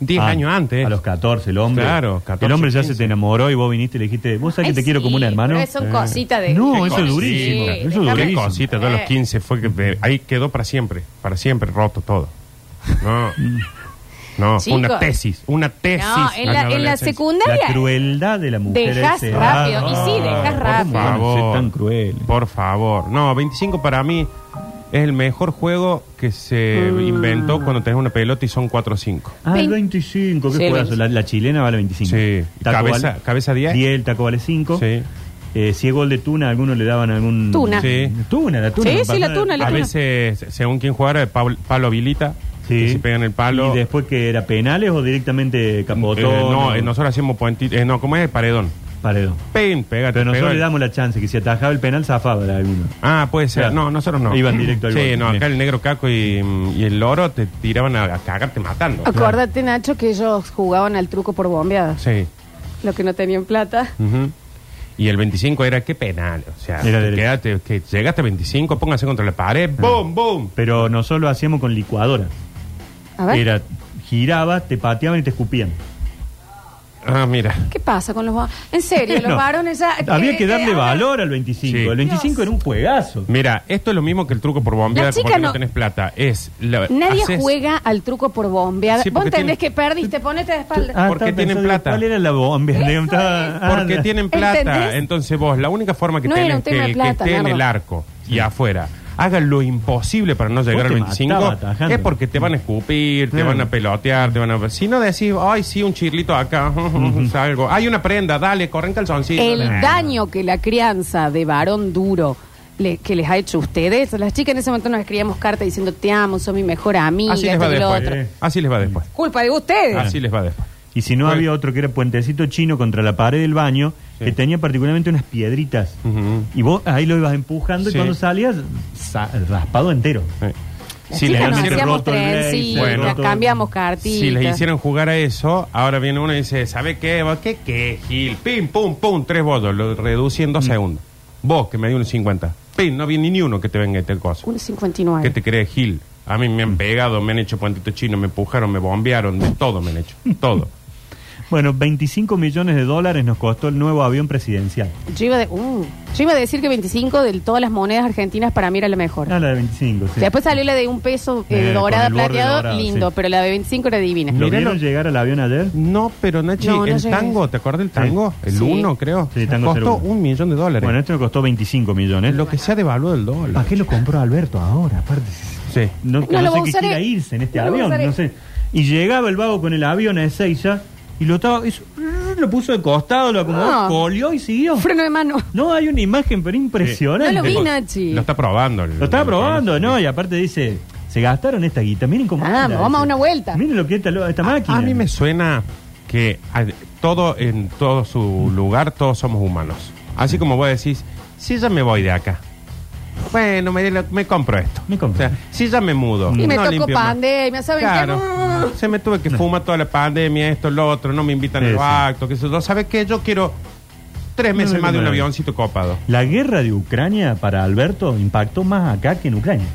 Speaker 3: 10
Speaker 4: Ah,
Speaker 3: años antes.
Speaker 4: A los 14, el hombre.
Speaker 3: Claro, 14,
Speaker 4: El hombre ya se
Speaker 3: 15.
Speaker 4: te enamoró y vos viniste y le dijiste, ¿vos sabés que
Speaker 5: Ay,
Speaker 4: te quiero
Speaker 5: sí,
Speaker 4: como un hermano?
Speaker 5: pero son
Speaker 4: Eh.
Speaker 5: cositas de-
Speaker 4: No,
Speaker 5: Qué
Speaker 4: eso es
Speaker 5: cosita.
Speaker 4: durísimo.
Speaker 5: Sí,
Speaker 4: eso
Speaker 5: Eh.
Speaker 4: es
Speaker 5: déjame-
Speaker 3: Qué
Speaker 4: durísimo.
Speaker 3: cosita, yo a los
Speaker 2: Eh,
Speaker 3: 15 fue que de- ahí quedó para siempre, para siempre roto todo.
Speaker 5: [LAUGHS]
Speaker 3: No. No, fue una
Speaker 5: Chicos.
Speaker 3: tesis, una tesis.
Speaker 5: No, en la, en la
Speaker 3: adolescencia.
Speaker 5: secundaria.
Speaker 4: La crueldad de la mujer. Ah,
Speaker 5: Dejás
Speaker 4: ese-
Speaker 5: rápido, y sí, dejás
Speaker 4: por
Speaker 5: rápido.
Speaker 4: favor, no
Speaker 3: Por
Speaker 4: ser tan
Speaker 3: favor,
Speaker 4: cruel.
Speaker 3: por favor. No, 25 para mí es el mejor juego que se
Speaker 5: Mm.
Speaker 3: inventó cuando tenés una pelota y son 4 o 5.
Speaker 4: Ah, el
Speaker 5: Vein-
Speaker 4: 25, qué
Speaker 5: Sí, el
Speaker 4: juegazo. La, la chilena vale 25.
Speaker 3: Sí. Cabeza-
Speaker 4: vale-
Speaker 3: cabeza 10.
Speaker 4: 10, el taco vale 5.
Speaker 3: Sí.
Speaker 4: Eh, si es gol de tuna, algunos le daban algún.
Speaker 2: Tuna.
Speaker 3: Sí.
Speaker 4: Tuna, la tuna.
Speaker 2: Sí,
Speaker 4: no
Speaker 2: sí, la
Speaker 4: pasa-
Speaker 2: tuna, la
Speaker 3: A
Speaker 2: Algunos-
Speaker 3: veces, según quien jugara, el pal- palo habilita.
Speaker 4: Sí.
Speaker 3: que Si pegan el palo.
Speaker 4: ¿Y después que era penales o directamente capotón?
Speaker 3: Eh, no,
Speaker 4: o-
Speaker 3: eh, nosotros hacíamos puentito. eh, no, ¿cómo es el paredón?
Speaker 4: Paredón.
Speaker 3: Pen, pégate,
Speaker 4: Pero nosotros
Speaker 3: pegale.
Speaker 4: le damos la chance que si atajaba el penal, zafaba de alguno.
Speaker 3: Ah, puede ser.
Speaker 4: Claro.
Speaker 3: No, nosotros no.
Speaker 4: Iban directo al
Speaker 3: Sí,
Speaker 4: gol.
Speaker 3: no,
Speaker 4: Bien.
Speaker 3: acá el negro caco y, mm, y el loro te tiraban a, a cagarte matando.
Speaker 2: Acordate, Nacho, que ellos jugaban al truco por bombeadas.
Speaker 3: Sí.
Speaker 2: Lo que no tenían plata.
Speaker 3: ujú. Y el 25 era qué penal. O sea,
Speaker 4: Era Ah. derecho.
Speaker 3: quédate, que llegaste a 25, póngase contra la pared, ¡boom, boom!
Speaker 4: Pero nosotros lo hacíamos con licuadora.
Speaker 2: A ver.
Speaker 4: Era, girabas, te pateaban y te escupían.
Speaker 3: Ah, mira.
Speaker 2: ¿Qué pasa con los varones? En
Speaker 3: [LAUGHS]
Speaker 2: serio, los
Speaker 4: No,
Speaker 2: varones ya.
Speaker 4: Había que darle
Speaker 2: eh, ahora-
Speaker 4: valor al 25.
Speaker 3: Sí.
Speaker 4: El 25 era un juegazo.
Speaker 3: Mira, esto es lo mismo que el truco por bombear
Speaker 2: La chica
Speaker 3: porque no...
Speaker 2: no-
Speaker 3: tenés plata. Es la-
Speaker 2: Nadie
Speaker 3: haces-
Speaker 2: juega al truco por bombeada.
Speaker 3: Sí,
Speaker 2: Vos
Speaker 3: porque
Speaker 2: entendés
Speaker 3: tiene-
Speaker 2: que perdiste, ponete de espalda.
Speaker 4: Ah,
Speaker 3: ¿Por qué
Speaker 4: estaba
Speaker 3: tienen
Speaker 4: pensando,
Speaker 3: plata?
Speaker 4: ¿Cuál era la bomba? Estaba- ah,
Speaker 3: Porque
Speaker 4: la-
Speaker 3: tienen plata.
Speaker 2: ¿Entendés?
Speaker 3: Entonces vos, la única forma que
Speaker 2: No era
Speaker 3: tenés
Speaker 2: un
Speaker 3: que
Speaker 2: tema de
Speaker 3: el que
Speaker 2: plata,
Speaker 3: esté en
Speaker 2: Nardo.
Speaker 3: el arco y afuera haga lo imposible para no llegar
Speaker 4: te
Speaker 3: al 25,
Speaker 4: mataba atajando.
Speaker 3: es porque te van a escupir, te
Speaker 4: Claro.
Speaker 3: van a pelotear, te van a... Si no decís, ay, sí, un chirlito acá, [LAUGHS] salgo. Hay una prenda, dale, corren calzoncillo.
Speaker 2: El
Speaker 3: Nah.
Speaker 2: daño que la crianza de varón duro le- que les ha hecho a ustedes, las chicas en ese momento nos escribíamos cartas diciendo te amo, sos mi mejor amiga,
Speaker 3: Así les
Speaker 2: esto
Speaker 3: va
Speaker 2: y lo
Speaker 3: después. eh.
Speaker 2: otro.
Speaker 4: otro.
Speaker 3: Así les va después.
Speaker 2: Culpa de ustedes.
Speaker 3: Así les va después.
Speaker 4: Y si no
Speaker 3: Bueno.
Speaker 4: había otro que era puentecito chino contra la pared del baño,
Speaker 3: Sí.
Speaker 4: que tenía particularmente unas piedritas.
Speaker 3: Ujú.
Speaker 4: Y vos ahí lo ibas empujando
Speaker 3: Sí.
Speaker 4: y cuando salías, sa- raspado entero.
Speaker 3: Eh.
Speaker 2: Las
Speaker 3: Si
Speaker 4: le
Speaker 2: chicas nos
Speaker 3: les
Speaker 4: han
Speaker 3: hicieron-
Speaker 2: hacíamos
Speaker 4: roto el lace,
Speaker 2: trencitas,
Speaker 3: bueno. roto-
Speaker 2: cambiamos cartitas.
Speaker 3: Si les hicieron jugar a eso, ahora viene uno y dice, ¿sabe qué? ¿Vos ¿Qué qué, Gil? Pim, pum, pum, tres bollos. Lo reducí en dos segundos. Vos, que me dio un 50. Pim, no viene ni uno que te venga este coso.
Speaker 2: 1.59.
Speaker 3: ¿Qué te crees, Gil? A mí me han pegado, me han hecho puentito chino, me empujaron, me bombearon, de todo me han [LAUGHS] hecho. Todo.
Speaker 4: Bueno, 25 millones de dólares nos costó el nuevo avión presidencial.
Speaker 2: Yo, iba de- uh, yo iba a decir que 25 de todas las monedas argentinas para mí era la mejor.
Speaker 4: Ah, la de 25, sí.
Speaker 2: Después salió la de un peso eh,
Speaker 4: Eh,
Speaker 2: dorada,
Speaker 4: con el borde
Speaker 2: plateado,
Speaker 4: dorado,
Speaker 2: lindo,
Speaker 4: sí.
Speaker 2: pero la de 25 era divina.
Speaker 4: ¿Lo
Speaker 3: Mirá
Speaker 4: vieron
Speaker 3: lo-
Speaker 4: llegar al avión ayer?
Speaker 3: No, pero Nachi,
Speaker 2: No, no
Speaker 3: el
Speaker 2: llegué.
Speaker 3: tango, ¿te acuerdas del tango? El
Speaker 2: Sí.
Speaker 3: uno, creo.
Speaker 4: Sí, tango
Speaker 3: Costó
Speaker 4: 01.
Speaker 3: un millón de dólares.
Speaker 4: Bueno, esto nos costó 25 millones.
Speaker 3: lo que se ha devaluado el dólar.
Speaker 4: ¿Para qué lo compró Alberto ahora? Aparte,
Speaker 3: Sí.
Speaker 2: No lo
Speaker 4: no, no sé
Speaker 2: va a
Speaker 4: qué
Speaker 2: usar
Speaker 4: quiera
Speaker 2: él.
Speaker 4: irse en este
Speaker 2: No lo va a
Speaker 4: avión,
Speaker 2: usar él.
Speaker 4: no sé. Y llegaba el vago con el avión a Ezeiza y lo estaba, eso, lo puso de costado, lo acomodó,
Speaker 2: No.
Speaker 4: colió y siguió.
Speaker 2: Freno de mano.
Speaker 4: No, hay una imagen, pero impresionante.
Speaker 2: No lo vi,
Speaker 4: Lo-
Speaker 2: Nachi.
Speaker 3: Lo está probando. el-
Speaker 4: lo estaba probando, ¿no? Y aparte dice, se gastaron esta guita, miren cómo...
Speaker 2: Ah,
Speaker 4: anda,
Speaker 2: vamos a
Speaker 4: dice.
Speaker 2: una vuelta.
Speaker 4: Miren lo que esta, lo- esta máquina.
Speaker 3: A mí me suena que a- todo en todo su lugar, todos somos humanos. Así como vos decís, si ya me voy de acá, bueno, me, me compro esto.
Speaker 4: Me compro.
Speaker 3: O sea, si ya me mudo.
Speaker 2: Y me
Speaker 3: no
Speaker 2: tocó
Speaker 3: limpio más.
Speaker 2: pandemia, ¿saben
Speaker 3: Claro.
Speaker 2: qué?
Speaker 3: Se me tuve que fumar toda la pandemia, esto, lo otro, no me invitan
Speaker 4: Sí,
Speaker 3: al
Speaker 4: sí.
Speaker 3: acto, que eso. ¿Sabes qué? Yo quiero tres meses
Speaker 4: No, no,
Speaker 3: más de un
Speaker 4: no.
Speaker 3: avioncito copado.
Speaker 4: La guerra de Ucrania para Alberto impactó más acá que en Ucrania.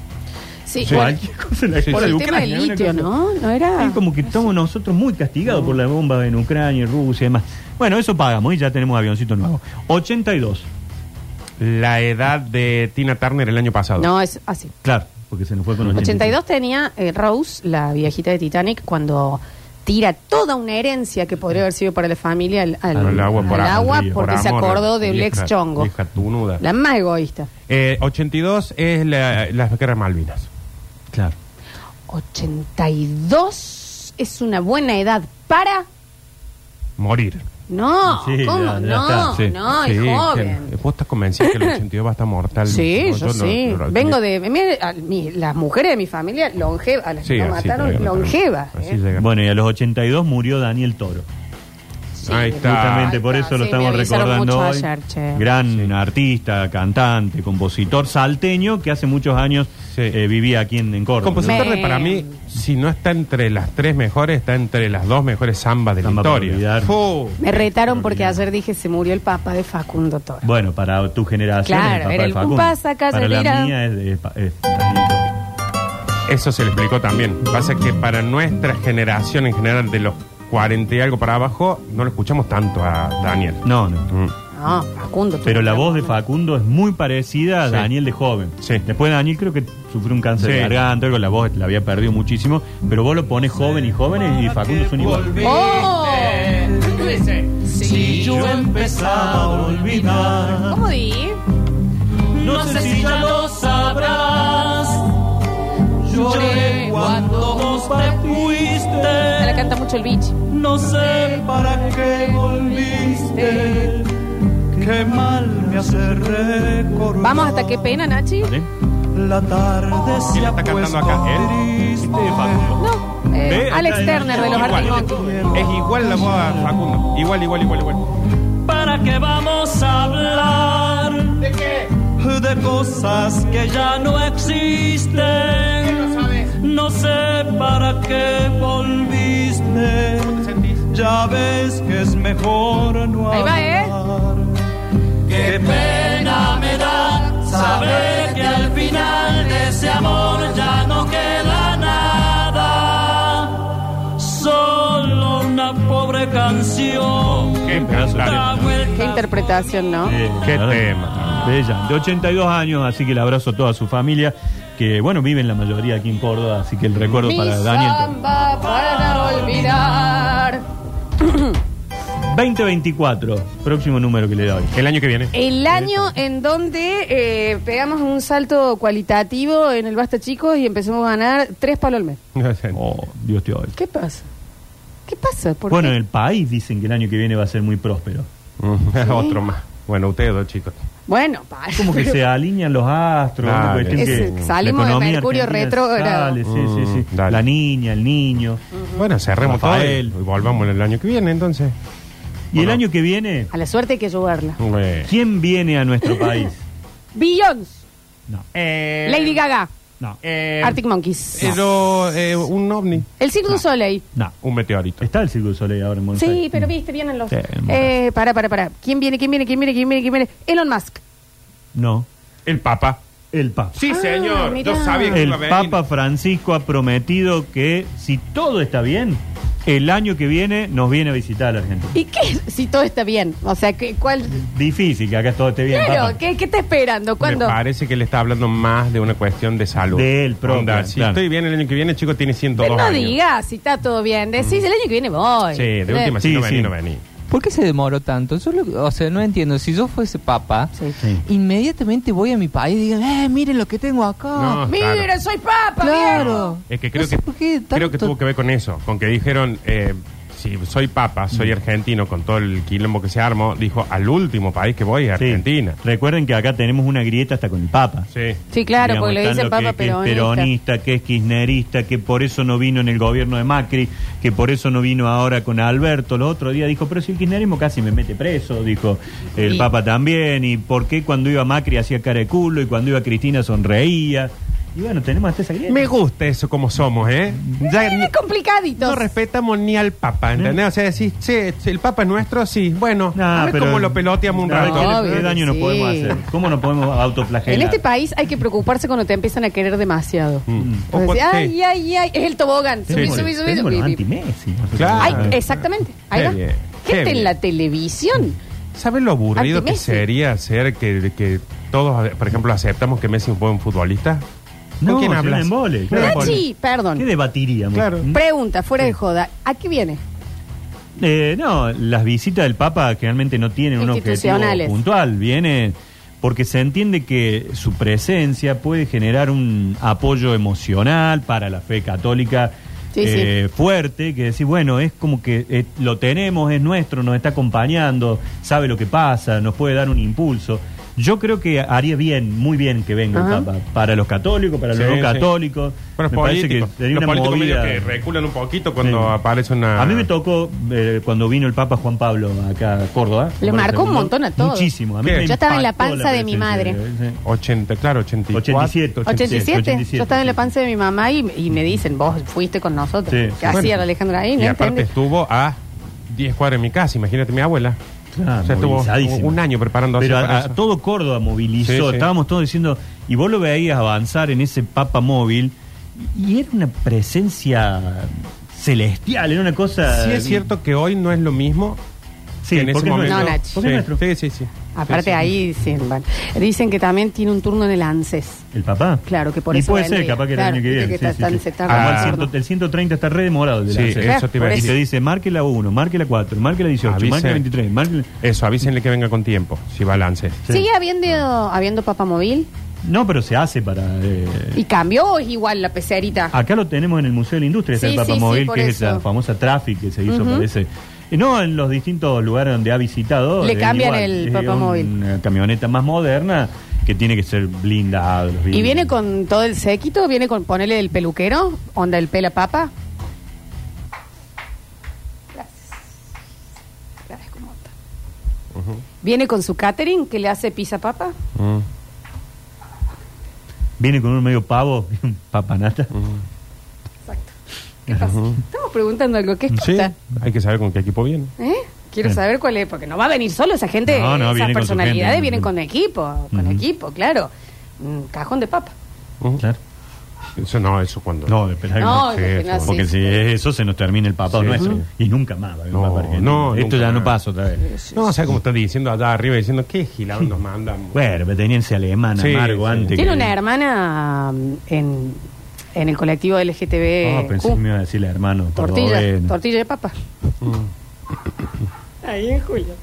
Speaker 2: Sí,
Speaker 3: Sí.
Speaker 2: bueno,
Speaker 4: Cualquier cosa en la
Speaker 3: Sí,
Speaker 2: por
Speaker 4: guerra
Speaker 2: el
Speaker 4: de
Speaker 2: tema
Speaker 4: Ucrania,
Speaker 2: del
Speaker 4: una
Speaker 2: litio,
Speaker 4: cosa-
Speaker 2: ¿no? ¿No
Speaker 3: Ah.
Speaker 2: era?
Speaker 4: Es como que estamos nosotros muy castigados por la bomba en Ucrania, Rusia y demás. Bueno, eso pagamos y ya tenemos avioncito nuevo. 82,
Speaker 3: La edad de Tina Turner el año pasado.
Speaker 2: No, es así.
Speaker 4: claro, porque se nos fue con
Speaker 2: 82 tenía eh, Rose, la viejita de Titanic, cuando tira toda una herencia que podría haber sido para la familia al, al-
Speaker 3: Al agua, por
Speaker 2: al
Speaker 3: amor,
Speaker 2: agua,
Speaker 3: por
Speaker 2: porque se
Speaker 3: amor,
Speaker 2: acordó de un
Speaker 3: vieja-
Speaker 2: ex chongo.
Speaker 3: vieja tunuda.
Speaker 2: La más egoísta.
Speaker 3: Eh, 82 es la, las guerras Malvinas.
Speaker 4: Claro.
Speaker 2: 82 es una buena edad para...
Speaker 3: Morir.
Speaker 2: No,
Speaker 4: Sí,
Speaker 2: ¿cómo?
Speaker 4: ya- ya
Speaker 2: no,
Speaker 4: está, sí.
Speaker 2: no, es
Speaker 3: Sí,
Speaker 2: joven.
Speaker 3: que- vos estás convencido que el 82 va a estar mortal.
Speaker 2: Sí,
Speaker 3: No,
Speaker 2: yo,
Speaker 3: no-
Speaker 2: sí.
Speaker 3: no-
Speaker 2: Vengo de. mira, a mi- las mujeres de mi familia, longeva, a las
Speaker 3: Sí,
Speaker 2: que
Speaker 3: así
Speaker 2: nos mataron,
Speaker 3: llega,
Speaker 2: longeva.
Speaker 3: Así
Speaker 2: eh.
Speaker 3: llega.
Speaker 4: Bueno, y a los 82 murió Daniel Toro.
Speaker 2: Sí.
Speaker 3: Ahí está.
Speaker 4: Justamente por
Speaker 2: Ahí
Speaker 4: eso
Speaker 2: está,
Speaker 4: lo
Speaker 2: sí, me
Speaker 4: estamos
Speaker 2: avisaron
Speaker 4: recordando
Speaker 2: mucho
Speaker 4: hoy.
Speaker 2: ayer, che.
Speaker 4: Gran artista, cantante, compositor salteño que hace muchos años
Speaker 3: Sí.
Speaker 4: eh, vivía aquí en, en Córdoba.
Speaker 3: Compositor
Speaker 2: Me-
Speaker 3: de para mí, si no está entre las tres mejores, está entre las dos mejores zambas de la
Speaker 4: Samba para
Speaker 3: historia.
Speaker 4: olvidar.
Speaker 3: Fu.
Speaker 2: Me retaron porque ayer dije se murió el papá de Facundo Toro.
Speaker 4: Bueno, para tu generación.
Speaker 2: Claro,
Speaker 4: el papá
Speaker 2: era
Speaker 4: de
Speaker 2: el
Speaker 4: Facundo.
Speaker 2: Pupasa, Calle
Speaker 4: Para
Speaker 2: Lira.
Speaker 4: la mía es, de- es pa- es Daniel Toro.
Speaker 3: Eso se le explicó también. Pasa que para nuestra generación en general, de los 40 y algo para abajo, no lo escuchamos tanto a Daniel.
Speaker 4: No, no.
Speaker 3: Mm.
Speaker 2: No, Facundo. tuvo
Speaker 4: Pero la
Speaker 2: una
Speaker 4: voz de
Speaker 2: buena-
Speaker 4: Facundo es muy parecida a
Speaker 3: Sí.
Speaker 4: Daniel de joven.
Speaker 3: Sí.
Speaker 4: Después Daniel creo que sufrió un cáncer de
Speaker 3: Sí.
Speaker 4: garganta, algo, la voz la había perdido muchísimo. Pero vos lo pones joven y joven y Facundo son igual.
Speaker 2: ¡Oh!
Speaker 5: Si yo empezaba a olvidar,
Speaker 2: ¿Cómo di?
Speaker 5: no sé si ya lo sabrás. Lloré cuando vos te
Speaker 2: Me la
Speaker 5: fuiste,
Speaker 2: canta mucho el bicho.
Speaker 5: no sé para qué volviste. Qué mal me hace recordar.
Speaker 2: Vamos hasta qué pena, Nachi.
Speaker 4: ¿Vale?
Speaker 5: La tarde se
Speaker 3: ¿Quién
Speaker 5: ha
Speaker 3: está cantando
Speaker 5: puesto
Speaker 3: acá?
Speaker 5: triste.
Speaker 4: Este es Facundo.
Speaker 2: No, eh,
Speaker 4: Ve,
Speaker 2: Alex
Speaker 4: está-
Speaker 2: Turner de los
Speaker 3: Igual.
Speaker 2: Artimonkeys.
Speaker 3: Es igual la voz a Facundo. Igual, igual, igual, igual.
Speaker 5: ¿Para qué vamos a hablar?
Speaker 3: ¿De qué?
Speaker 5: de cosas que ya no existen. No sé para qué volviste. Ya ves que es mejor no
Speaker 2: Ahí va, ¿eh?
Speaker 5: hablar. Qué pena me da saber que al final de ese amor ya no queda nada. Solo una pobre canción.
Speaker 3: ¿Qué
Speaker 5: Da
Speaker 3: cantar?
Speaker 5: vueltas
Speaker 2: Qué interpretación, ¿no?
Speaker 4: Eh,
Speaker 3: Qué
Speaker 4: la verdad,
Speaker 3: tema.
Speaker 4: Bella, de 82 años, así que le abrazo a toda su familia, que bueno, viven la mayoría aquí en Córdoba, así que el recuerdo
Speaker 2: Mi
Speaker 4: para Daniel.
Speaker 2: samba para olvidar.
Speaker 4: 2024, próximo número que le doy.
Speaker 3: El año que viene.
Speaker 2: El año en donde eh, pegamos un salto cualitativo en el Basta Chicos y empezamos a ganar tres palos al mes.
Speaker 4: Oh, Dios te oiga.
Speaker 2: ¿Qué pasa? ¿Qué pasa? ¿Por
Speaker 4: Bueno,
Speaker 2: qué?
Speaker 4: en el país dicen que el año que viene va a ser muy próspero.
Speaker 3: [LAUGHS] Otro más. Bueno, ustedes dos chicos.
Speaker 2: Bueno, pa- [LAUGHS]
Speaker 4: Como que se alinean los astros,
Speaker 3: Dale.
Speaker 4: una cuestión
Speaker 2: Es-
Speaker 4: que
Speaker 2: salimos
Speaker 4: la
Speaker 2: de
Speaker 4: economía
Speaker 2: Mercurio
Speaker 4: argentina
Speaker 2: retrógrado.
Speaker 4: sale, sí, sí, sí.
Speaker 3: Mm, dale.
Speaker 4: La niña, el niño.
Speaker 2: Mm.
Speaker 3: Bueno, cerremos todo y
Speaker 4: Rafael.
Speaker 3: y volvamos el año que viene entonces.
Speaker 4: Y el
Speaker 3: Bueno.
Speaker 4: año que viene,
Speaker 2: A la suerte hay que ayudarla.
Speaker 3: Bueno.
Speaker 4: ¿quién viene a nuestro país?
Speaker 2: Billions,
Speaker 4: No. eh,
Speaker 2: Lady Gaga,
Speaker 4: No. eh,
Speaker 2: Arctic Monkeys.
Speaker 3: Pero eh, un ovni.
Speaker 2: El Cirque du Soleil.
Speaker 4: No.
Speaker 3: Un meteorito.
Speaker 4: Está el Circo du Soleil ahora en Buenos
Speaker 2: Sí,
Speaker 4: Aires.
Speaker 2: pero viste, vienen los.
Speaker 4: Sí,
Speaker 2: eh, para, para, para. ¿Quién viene? ¿Quién viene? ¿Quién viene? ¿Quién viene? ¿Quién viene? Elon Musk.
Speaker 4: No.
Speaker 3: El Papa.
Speaker 4: El Papa.
Speaker 3: Sí,
Speaker 2: Ah,
Speaker 3: señor.
Speaker 2: mirá.
Speaker 3: Yo sabía que
Speaker 4: El
Speaker 3: iba a venir.
Speaker 4: Papa Francisco ha prometido que si todo está bien, el año que viene nos viene a visitar a la Argentina.
Speaker 2: ¿Y qué? [LAUGHS] Si todo está bien. O sea, ¿qué, ¿cuál?
Speaker 4: Difícil que acá todo esté bien.
Speaker 2: Claro,
Speaker 4: Papa.
Speaker 2: ¿qué, ¿qué está esperando? ¿Cuándo?
Speaker 3: Me parece que le está hablando más de una cuestión de salud.
Speaker 4: De él propio,
Speaker 3: Onda, Si
Speaker 4: claro.
Speaker 3: estoy bien el año que viene, el chico tiene 102
Speaker 2: Pero no
Speaker 3: años.
Speaker 2: digas si está todo bien. Decís, el año que viene voy.
Speaker 3: Sí, de última,
Speaker 4: Sí,
Speaker 3: si no vení,
Speaker 4: sí.
Speaker 3: no vení.
Speaker 1: ¿Por qué se demoró tanto? Yo lo- o sea, no entiendo. Si yo fuese papa,
Speaker 2: Sí.
Speaker 4: Sí.
Speaker 1: inmediatamente voy a mi país y digo, eh, miren lo que tengo acá.
Speaker 3: No,
Speaker 2: Mira,
Speaker 3: claro.
Speaker 2: soy papa,
Speaker 1: Claro.
Speaker 3: Es que creo,
Speaker 1: No sé
Speaker 3: que,
Speaker 1: por qué tanto-
Speaker 3: creo que tuvo que ver con eso. Con que dijeron, eh, si soy papa, soy argentino, con todo el quilombo que se armó, dijo, al último país que voy es
Speaker 4: Sí.
Speaker 3: Argentina.
Speaker 4: Recuerden que acá tenemos una grieta hasta con el Papa.
Speaker 3: Sí.
Speaker 2: Sí, claro,
Speaker 4: Digamos,
Speaker 2: porque le
Speaker 4: están
Speaker 2: dicen
Speaker 4: los
Speaker 2: papa
Speaker 4: que, que es
Speaker 2: peronista.
Speaker 4: peronista, que es kirchnerista, que por eso no vino en el gobierno de Macri, que por eso no vino ahora con Alberto. El otro día dijo, pero si el kirchnerismo casi me mete preso, dijo el
Speaker 2: Y-
Speaker 4: Papa también, y por qué cuando iba Macri hacía cara de culo y cuando iba Cristina sonreía. Y bueno, tenemos hasta esa grieta.
Speaker 3: Me gusta eso como somos, ¿eh? Ya ni-
Speaker 2: Es complicadito.
Speaker 3: no respetamos ni al papa, ¿entendés? O sea, decís, che, che, el papa es nuestro, sí. Bueno,
Speaker 4: Nah,
Speaker 3: a ver
Speaker 4: Ah, pero-
Speaker 3: cómo lo peloteamos un
Speaker 4: A ver,
Speaker 3: rato.
Speaker 4: ¿qué-
Speaker 2: Obvio
Speaker 4: ¿Qué
Speaker 2: que
Speaker 4: daño nos
Speaker 2: sí.
Speaker 4: podemos hacer? ¿Cómo nos podemos autoflagelar?
Speaker 2: en este país hay que preocuparse cuando te empiezan a querer demasiado.
Speaker 3: Mm. O
Speaker 2: Entonces,
Speaker 3: cua-
Speaker 2: ay, eh,
Speaker 3: sí.
Speaker 2: ay, ay, es el tobogán.
Speaker 4: Sí,
Speaker 2: Subí,
Speaker 4: bueno,
Speaker 2: subí, subí,
Speaker 4: tenemos
Speaker 2: subí.
Speaker 4: los anti-Messi. nosotros.
Speaker 3: Claro.
Speaker 2: Ay, exactamente. Ahí
Speaker 3: Ah. Qué
Speaker 2: va.
Speaker 3: bien, qué
Speaker 2: Gente en
Speaker 3: bien.
Speaker 2: la televisión.
Speaker 3: ¿Sabes lo aburrido que
Speaker 2: Anti-Messi.
Speaker 3: sería ser que, que todos, por ejemplo, aceptamos que Messi es un buen futbolista? ¿Con
Speaker 4: No,
Speaker 3: quién
Speaker 4: es un
Speaker 3: hablas?
Speaker 4: embole,
Speaker 3: Un
Speaker 4: claro.
Speaker 3: embole.
Speaker 2: Nachi, perdón.
Speaker 4: ¿Qué debatiríamos?
Speaker 3: Claro.
Speaker 2: Pregunta, fuera de joda. ¿A qué viene?
Speaker 4: Eh, no, las visitas del Papa generalmente no tienen un objetivo
Speaker 2: Institucionales.
Speaker 4: puntual, viene porque se entiende que su presencia puede generar un apoyo emocional para la fe católica
Speaker 2: Sí,
Speaker 4: eh, fuerte, que decir, bueno, es como que eh, lo tenemos, es nuestro, nos está acompañando, sabe lo que pasa, nos puede dar un impulso. Yo creo que haría bien, muy bien que venga
Speaker 2: Ajá.
Speaker 4: el Papa, para los católicos, para los
Speaker 3: Sí,
Speaker 4: no
Speaker 3: sí.
Speaker 4: católicos.
Speaker 3: Bueno, los
Speaker 4: Me parece que
Speaker 3: políticos,
Speaker 4: sería
Speaker 3: los
Speaker 4: una
Speaker 3: políticos medio
Speaker 4: movida.
Speaker 3: que reculan un poquito cuando
Speaker 4: Sí.
Speaker 3: aparece una...
Speaker 4: A mí me tocó eh, cuando vino el Papa Juan Pablo acá a Córdoba.
Speaker 2: Le marcó un montón a todos.
Speaker 4: Muchísimo. A mí
Speaker 3: ¿Qué?
Speaker 4: me
Speaker 2: Yo estaba en la
Speaker 4: impactó
Speaker 2: panza de mi
Speaker 4: presencia
Speaker 2: madre.
Speaker 4: de él, sí.
Speaker 3: 80, claro, 84.
Speaker 4: 87,
Speaker 2: 87.
Speaker 4: 87,
Speaker 2: Yo estaba en la panza de mi mamá y, y me dicen, vos fuiste con nosotros.
Speaker 4: Sí, sí.
Speaker 2: ¿Qué hacía
Speaker 3: Bueno.
Speaker 2: la Alejandra ahí?
Speaker 3: Y
Speaker 2: No
Speaker 3: aparte
Speaker 2: entendí.
Speaker 3: estuvo a 10 cuadras de mi casa, imagínate mi abuela.
Speaker 4: Claro,
Speaker 3: o sea,
Speaker 4: movilizadísimo.
Speaker 3: estuvo un año preparándose
Speaker 4: Pero a-
Speaker 3: para
Speaker 4: a
Speaker 3: eso.
Speaker 4: todo Córdoba movilizó.
Speaker 3: Sí, sí.
Speaker 4: Estábamos todos diciendo. Y vos lo veías avanzar en ese Papa móvil. Y era una presencia celestial, era una cosa.
Speaker 3: Sí es cierto que hoy no es lo mismo
Speaker 4: Sí,
Speaker 3: que en ese
Speaker 4: porque es
Speaker 3: momento.
Speaker 2: nuestro. No,
Speaker 4: nuestra.
Speaker 2: Nacho.
Speaker 4: Porque es
Speaker 3: sí, sí,
Speaker 4: nuestro.
Speaker 3: sí, sí.
Speaker 2: Aparte
Speaker 3: Sí, sí.
Speaker 2: ahí dicen, bueno, dicen que también tiene un turno en el ANSES.
Speaker 4: El papá.
Speaker 2: Claro, que por
Speaker 4: y
Speaker 2: eso
Speaker 4: puede ser,
Speaker 2: vendría.
Speaker 4: capaz que el
Speaker 2: Claro,
Speaker 4: año que
Speaker 2: viste que
Speaker 4: viene. sí,
Speaker 2: está-
Speaker 4: sí,
Speaker 2: están-
Speaker 4: sí.
Speaker 2: se está
Speaker 4: Como el
Speaker 3: Ah.
Speaker 4: ciento- el 130 está redemorado. el de
Speaker 3: Sí,
Speaker 4: la serie.
Speaker 3: eso te iba a
Speaker 4: Y
Speaker 3: decir. Ah,
Speaker 4: te dice, marque la 1, marque la 4, marque la 18,
Speaker 3: Avise.
Speaker 4: marque la 23, marque la...
Speaker 3: Eso, avísenle que venga con tiempo, si balances.
Speaker 4: Sí.
Speaker 2: ¿Sigue habiendo,
Speaker 3: Ah.
Speaker 2: habiendo papamóvil?
Speaker 4: No, pero se hace para... eh,
Speaker 2: ¿Y cambió o es igual la pecerita?
Speaker 3: Ah,
Speaker 4: Acá lo tenemos en el Museo de la Industria, está
Speaker 2: Sí,
Speaker 4: el
Speaker 2: sí,
Speaker 4: Papamóvil,
Speaker 2: sí, por
Speaker 4: que es
Speaker 2: eso.
Speaker 4: esa famosa traffic que se hizo
Speaker 2: Ujú.
Speaker 4: por ese... y No, en los distintos lugares donde ha visitado...
Speaker 2: Le
Speaker 4: es
Speaker 2: cambian
Speaker 4: igual,
Speaker 2: el
Speaker 4: es
Speaker 2: Papamóvil.
Speaker 4: Una camioneta más moderna que tiene que ser blindada. los
Speaker 2: ¿Y
Speaker 4: vidrios.
Speaker 2: viene con todo el séquito? ¿Viene con ponerle el peluquero? ¿Onda el pela papa? Gracias. Gracias, como está. ¿Viene con su catering que le hace pizza papa?
Speaker 3: Mm.
Speaker 4: Viene con un medio pavo, un papanata.
Speaker 2: Exacto. ¿Qué pasa? Estamos preguntando algo. ¿Qué es
Speaker 3: Sí,
Speaker 2: posta?
Speaker 3: hay que saber con qué equipo viene.
Speaker 2: ¿Eh? Quiero
Speaker 4: Sí.
Speaker 2: saber cuál es, porque no va a venir solo esa gente,
Speaker 4: No, no,
Speaker 2: esas
Speaker 4: viene con su
Speaker 2: personalidades
Speaker 4: gente.
Speaker 2: vienen con equipo, con
Speaker 4: Ujú.
Speaker 2: equipo, claro. Un cajón de papa.
Speaker 3: Ujú.
Speaker 4: Claro.
Speaker 3: Mm. Eso no, eso cuando.
Speaker 4: No, espera
Speaker 2: No,
Speaker 4: que-
Speaker 2: imagínate,
Speaker 4: eso, Porque
Speaker 2: Ah, sí.
Speaker 4: si es eso se nos termina el papado
Speaker 3: Sí,
Speaker 4: nuestro.
Speaker 3: sí.
Speaker 4: Y nunca más. va a haber
Speaker 3: No,
Speaker 4: papá argentino.
Speaker 3: no,
Speaker 4: Esto
Speaker 3: nunca
Speaker 4: ya no
Speaker 3: más.
Speaker 4: pasa otra vez.
Speaker 3: No, o sea, como están diciendo allá arriba, diciendo qué gilados nos
Speaker 4: [LAUGHS]
Speaker 3: mandan.
Speaker 4: Bueno, pertenencia alemana,
Speaker 3: Sí,
Speaker 4: amargo,
Speaker 3: sí.
Speaker 4: antes.
Speaker 2: Tiene
Speaker 4: que-
Speaker 2: una hermana mm, en, en el colectivo LGTB.
Speaker 4: Ah, pensé que me iba a decir el hermano.
Speaker 2: eh, tortilla,
Speaker 4: cordobés.
Speaker 2: tortilla de papa. Ahí en Julio.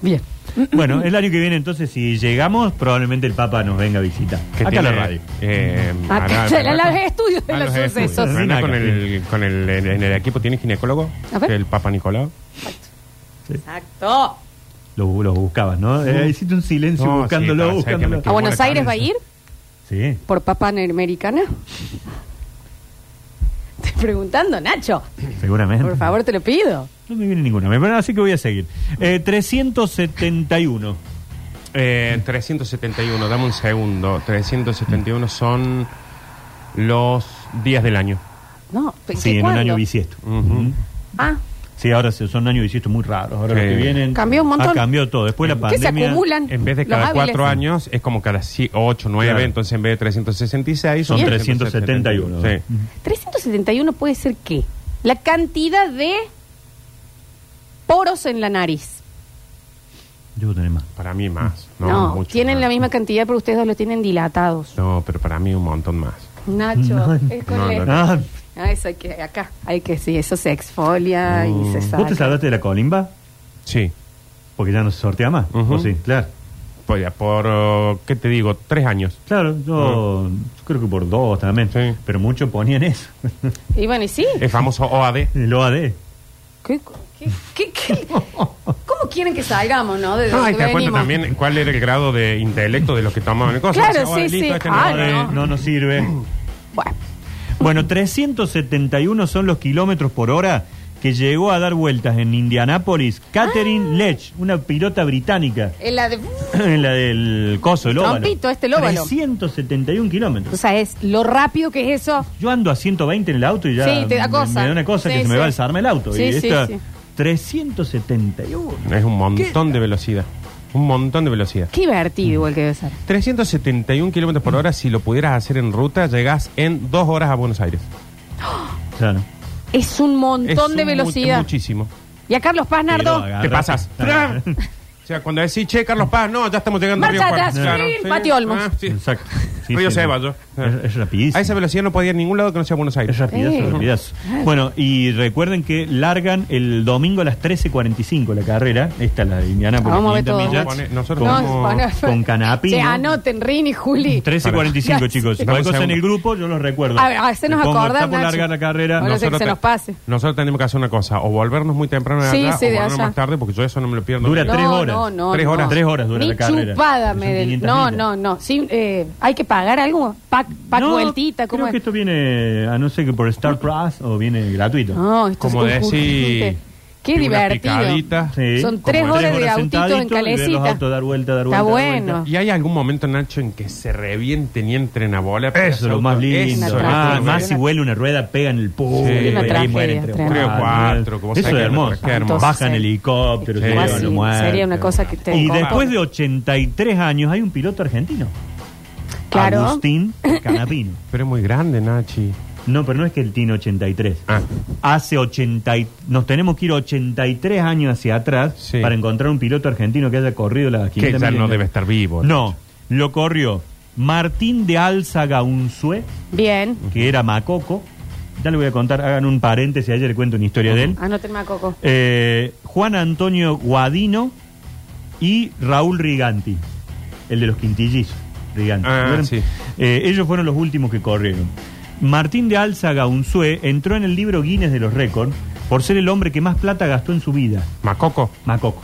Speaker 2: Bien.
Speaker 4: [LAUGHS] Bueno, el año que viene, entonces, si llegamos, probablemente el Papa nos venga a visitar.
Speaker 3: Que
Speaker 4: Acá en
Speaker 3: tiene,
Speaker 4: la radio.
Speaker 3: eh,
Speaker 2: [LAUGHS] Acá,
Speaker 3: hará-
Speaker 2: la, la- estudios de
Speaker 3: Ah,
Speaker 2: los
Speaker 3: los estudios.
Speaker 2: sucesos.
Speaker 3: Pero anda
Speaker 4: Sí,
Speaker 3: con
Speaker 4: acá,
Speaker 3: el, con el, en el equipo tiene ginecólogo,
Speaker 2: A ver.
Speaker 3: que el Papa Nicolau.
Speaker 2: Exacto.
Speaker 4: Los, los buscabas, ¿no? Eh, hiciste un silencio
Speaker 3: No, sí,
Speaker 4: buscándolo,
Speaker 3: para saber que
Speaker 4: buscándolo.
Speaker 3: me
Speaker 2: ¿A
Speaker 3: Qué
Speaker 2: Buenos
Speaker 3: buena
Speaker 2: Aires va a ir?
Speaker 3: cabeza.
Speaker 4: Sí.
Speaker 2: ¿Por papa americana? Estoy preguntando, Nacho.
Speaker 4: Seguramente.
Speaker 2: Por favor, te lo pido.
Speaker 4: No me viene ninguna, me- así que voy a seguir. Eh, 371.
Speaker 3: Eh, 371, dame un segundo. 371 son los días del año.
Speaker 2: No, ¿qué-
Speaker 4: Sí, en un
Speaker 2: cuándo?
Speaker 4: año bisiesto.
Speaker 3: Ujú.
Speaker 2: Ah,
Speaker 4: Sí, ahora se- son años bisiesto muy raros. Ahora
Speaker 3: Sí.
Speaker 4: los que vienen.
Speaker 2: Cambió un montón.
Speaker 4: Ah, cambió todo. Después la
Speaker 2: ¿qué se
Speaker 4: pandemia.
Speaker 2: acumulan?
Speaker 3: En vez de
Speaker 2: Los
Speaker 3: cada
Speaker 2: hábiles.
Speaker 3: cuatro años, es como cada 8, 9,
Speaker 4: Claro.
Speaker 3: entonces en vez de 366 son
Speaker 4: Son
Speaker 3: 371.
Speaker 4: 371.
Speaker 3: Sí.
Speaker 2: 371 puede ser qué? La cantidad de poros en la nariz.
Speaker 4: Debo tener
Speaker 2: Eh,
Speaker 4: más.
Speaker 3: Para mí más. No,
Speaker 2: No,
Speaker 3: mucho
Speaker 2: tienen
Speaker 3: más.
Speaker 2: la misma cantidad, pero ustedes dos lo tienen dilatados.
Speaker 3: No, pero para mí un montón más.
Speaker 2: Nacho,
Speaker 4: No,
Speaker 2: es con
Speaker 3: no,
Speaker 2: el-
Speaker 3: no.
Speaker 4: Ah,
Speaker 2: Ah, eso hay que, acá, hay que, sí, eso se exfolia y se
Speaker 4: Mm. ¿Vos te
Speaker 2: saca.
Speaker 4: salvaste de la colimba?
Speaker 3: Sí.
Speaker 4: Porque ya no se sortea más.
Speaker 3: Ujú.
Speaker 4: ¿O sí? Claro.
Speaker 3: Pues ya por, eh, ¿qué te digo? Tres años.
Speaker 4: Claro, yo, yo creo que por dos también.
Speaker 3: Sí.
Speaker 4: Pero muchos ponían eso. [LAUGHS]
Speaker 2: Y bueno, y sí.
Speaker 3: El famoso OAD.
Speaker 4: El OAD.
Speaker 2: ¿Qué, qué- qué- qué- cómo quieren que salgamos, no? De
Speaker 3: No,
Speaker 2: donde
Speaker 3: y te das cuenta
Speaker 2: venimos.
Speaker 3: también cuál era el grado de intelecto de los que tomaban el cosa.
Speaker 2: Claro,
Speaker 3: O sea, ahora
Speaker 2: sí,
Speaker 3: listo,
Speaker 2: sí.
Speaker 3: este
Speaker 2: Ah,
Speaker 3: no.
Speaker 2: no.
Speaker 4: Eh, no nos
Speaker 2: [CLEARS THROAT]
Speaker 4: sirve.
Speaker 2: Bueno,
Speaker 4: Bueno, 371 son los kilómetros por hora que llegó a dar vueltas en Indianápolis.
Speaker 2: Ah.
Speaker 4: Catherine Lech, una pilota británica.
Speaker 2: en la de...
Speaker 4: la del coso, el óvalo.
Speaker 2: Trompito, este, el óvalo. Pues-
Speaker 4: 371
Speaker 2: O
Speaker 4: kilómetros.
Speaker 2: sea, es lo rápido que es eso.
Speaker 4: Yo ando a 120 en el auto y ya
Speaker 2: Sí, te da
Speaker 4: me-
Speaker 2: cosa.
Speaker 4: me da una cosa
Speaker 2: Sí,
Speaker 4: que se me
Speaker 2: sí.
Speaker 4: va a desarmar el auto.
Speaker 2: Sí,
Speaker 4: y
Speaker 2: sí,
Speaker 4: esta,
Speaker 2: sí. Uh.
Speaker 4: 371.
Speaker 3: Es un montón de velocidad. Un montón de velocidad.
Speaker 2: Qué divertido igual que debe ser.
Speaker 3: 371 kilómetros por hora, si lo pudieras hacer en ruta, llegás en dos horas a Buenos Aires.
Speaker 4: Claro.
Speaker 2: Es un montón
Speaker 3: Es
Speaker 2: de
Speaker 3: mu-
Speaker 2: velocidad.
Speaker 3: muchísimo.
Speaker 2: y a Carlos Paz, Nardo.
Speaker 4: Pero
Speaker 3: Te [LAUGHS] pasas.
Speaker 4: Claro.
Speaker 3: O sea, cuando decís, che, Carlos Paz, no, ya estamos llegando
Speaker 2: Marcha
Speaker 3: a Río Cuarto. Ah,
Speaker 2: atrás, sí, Patio Olmos.
Speaker 3: sí.
Speaker 4: Exacto.
Speaker 3: Río Ceballos.
Speaker 4: Es, es rapidísimo.
Speaker 3: A esa velocidad no podía ir a ningún lado que no sea Buenos Aires.
Speaker 4: Es rapidazo,
Speaker 2: Eh.
Speaker 4: rapidazo. Bueno, y recuerden que largan el domingo a las 13.45 la carrera. Esta la de Indianápolis.
Speaker 2: Vamos a ver
Speaker 4: 500
Speaker 2: todo.
Speaker 4: millas.
Speaker 3: Pone- nosotros
Speaker 4: Con-
Speaker 3: vamos-
Speaker 4: con canapino.
Speaker 2: Che, anoten, Rini, Juli.
Speaker 4: 13.45,
Speaker 2: Para.
Speaker 4: chicos.
Speaker 3: Dame un
Speaker 4: Cualquier cosa en
Speaker 3: segundo.
Speaker 4: el grupo, yo los recuerdo.
Speaker 2: A ver, hacenos
Speaker 4: Me pongo,
Speaker 2: acordar,
Speaker 4: Está por
Speaker 2: Nacho.
Speaker 4: largar la carrera.
Speaker 2: Ahora sí que se
Speaker 3: te-
Speaker 2: nos pase.
Speaker 3: Nosotros tenemos que hacer una cosa, o volvernos muy temprano de
Speaker 2: Sí,
Speaker 3: allá,
Speaker 2: sí,
Speaker 3: o
Speaker 2: de
Speaker 3: volvernos
Speaker 2: allá.
Speaker 3: más tarde, porque yo eso no me lo pierdo.
Speaker 4: Dura
Speaker 3: Mira,
Speaker 4: tres
Speaker 2: No,
Speaker 4: horas.
Speaker 2: No, no,
Speaker 4: Tres
Speaker 2: no.
Speaker 4: horas. Tres horas dura
Speaker 2: Ni
Speaker 4: la carrera.
Speaker 2: chupada
Speaker 4: Son
Speaker 2: me del-
Speaker 4: 500
Speaker 2: No,
Speaker 4: millas.
Speaker 2: no, no. Sí, eh, hay que pagar algo. Pack, pack
Speaker 4: No,
Speaker 2: vueltita. ¿cómo
Speaker 4: creo
Speaker 2: es?
Speaker 4: que esto viene, a no ser que por Star Plus o viene gratuito.
Speaker 2: No, esto
Speaker 3: Como
Speaker 2: es
Speaker 3: decís,
Speaker 2: urgente. Qué
Speaker 3: de una
Speaker 2: divertido.
Speaker 3: picadita.
Speaker 4: Sí,
Speaker 2: Son
Speaker 4: como
Speaker 2: tres horas de autito
Speaker 4: sentadito
Speaker 2: en
Speaker 4: y ver los
Speaker 2: calecita.
Speaker 4: autos dar vuelta, dar vuelta.
Speaker 2: Está
Speaker 4: dar
Speaker 2: bueno.
Speaker 4: vuelta.
Speaker 3: ¿Y hay algún momento, Nacho, en que se revienten y entren a bola? Pero
Speaker 4: Eso es lo
Speaker 3: auto-
Speaker 4: más
Speaker 3: eso
Speaker 4: lindo.
Speaker 2: Una
Speaker 3: es
Speaker 2: Ah,
Speaker 3: lo
Speaker 4: Ah,
Speaker 2: tragedia.
Speaker 4: más si huele una rueda, pega en el pub.
Speaker 3: Sí.
Speaker 4: y
Speaker 3: Una
Speaker 4: ahí
Speaker 2: tragedia,
Speaker 4: mueren tres o
Speaker 2: tremenda.
Speaker 3: Tres o
Speaker 4: cuatro.
Speaker 3: cuatro, como
Speaker 4: Eso
Speaker 3: sea
Speaker 4: es
Speaker 3: que
Speaker 4: hermoso.
Speaker 3: qué hermoso.
Speaker 4: Bajan helicópteros,
Speaker 3: Sí.
Speaker 4: se
Speaker 2: ¿Cómo
Speaker 4: llevan
Speaker 2: así?
Speaker 4: los muertos.
Speaker 2: Sería una cosa que te
Speaker 4: Y
Speaker 2: encompone.
Speaker 4: después de 83 años hay un piloto argentino.
Speaker 2: Claro.
Speaker 4: Agustín Canapino.
Speaker 3: Pero es muy grande, Nachi.
Speaker 4: No, pero no es que él tiene 83.
Speaker 3: Ah.
Speaker 4: Hace 80. y- Nos tenemos que ir 83 años hacia atrás
Speaker 3: Sí.
Speaker 4: para encontrar un piloto argentino que haya corrido las 500
Speaker 3: Que ya
Speaker 4: millas.
Speaker 3: no debe estar vivo.
Speaker 4: No, lo corrió Martín de Álzaga Unzué,
Speaker 2: Bien.
Speaker 4: que era Macoco. Ya le voy a contar, hagan un paréntesis, ayer le cuento una historia de él.
Speaker 2: Anótenme a Coco.
Speaker 4: Eh, Juan Antonio Guadino y Raúl Riganti, el de los quintillizos. Riganti.
Speaker 3: Ah,
Speaker 4: ¿Vieron?
Speaker 3: sí.
Speaker 4: Eh, ellos fueron los últimos que corrieron. Martín de Álzaga Unzué entró en el libro Guinness de los récords por ser el hombre que más plata gastó en su vida.
Speaker 3: Macoco.
Speaker 4: Macoco.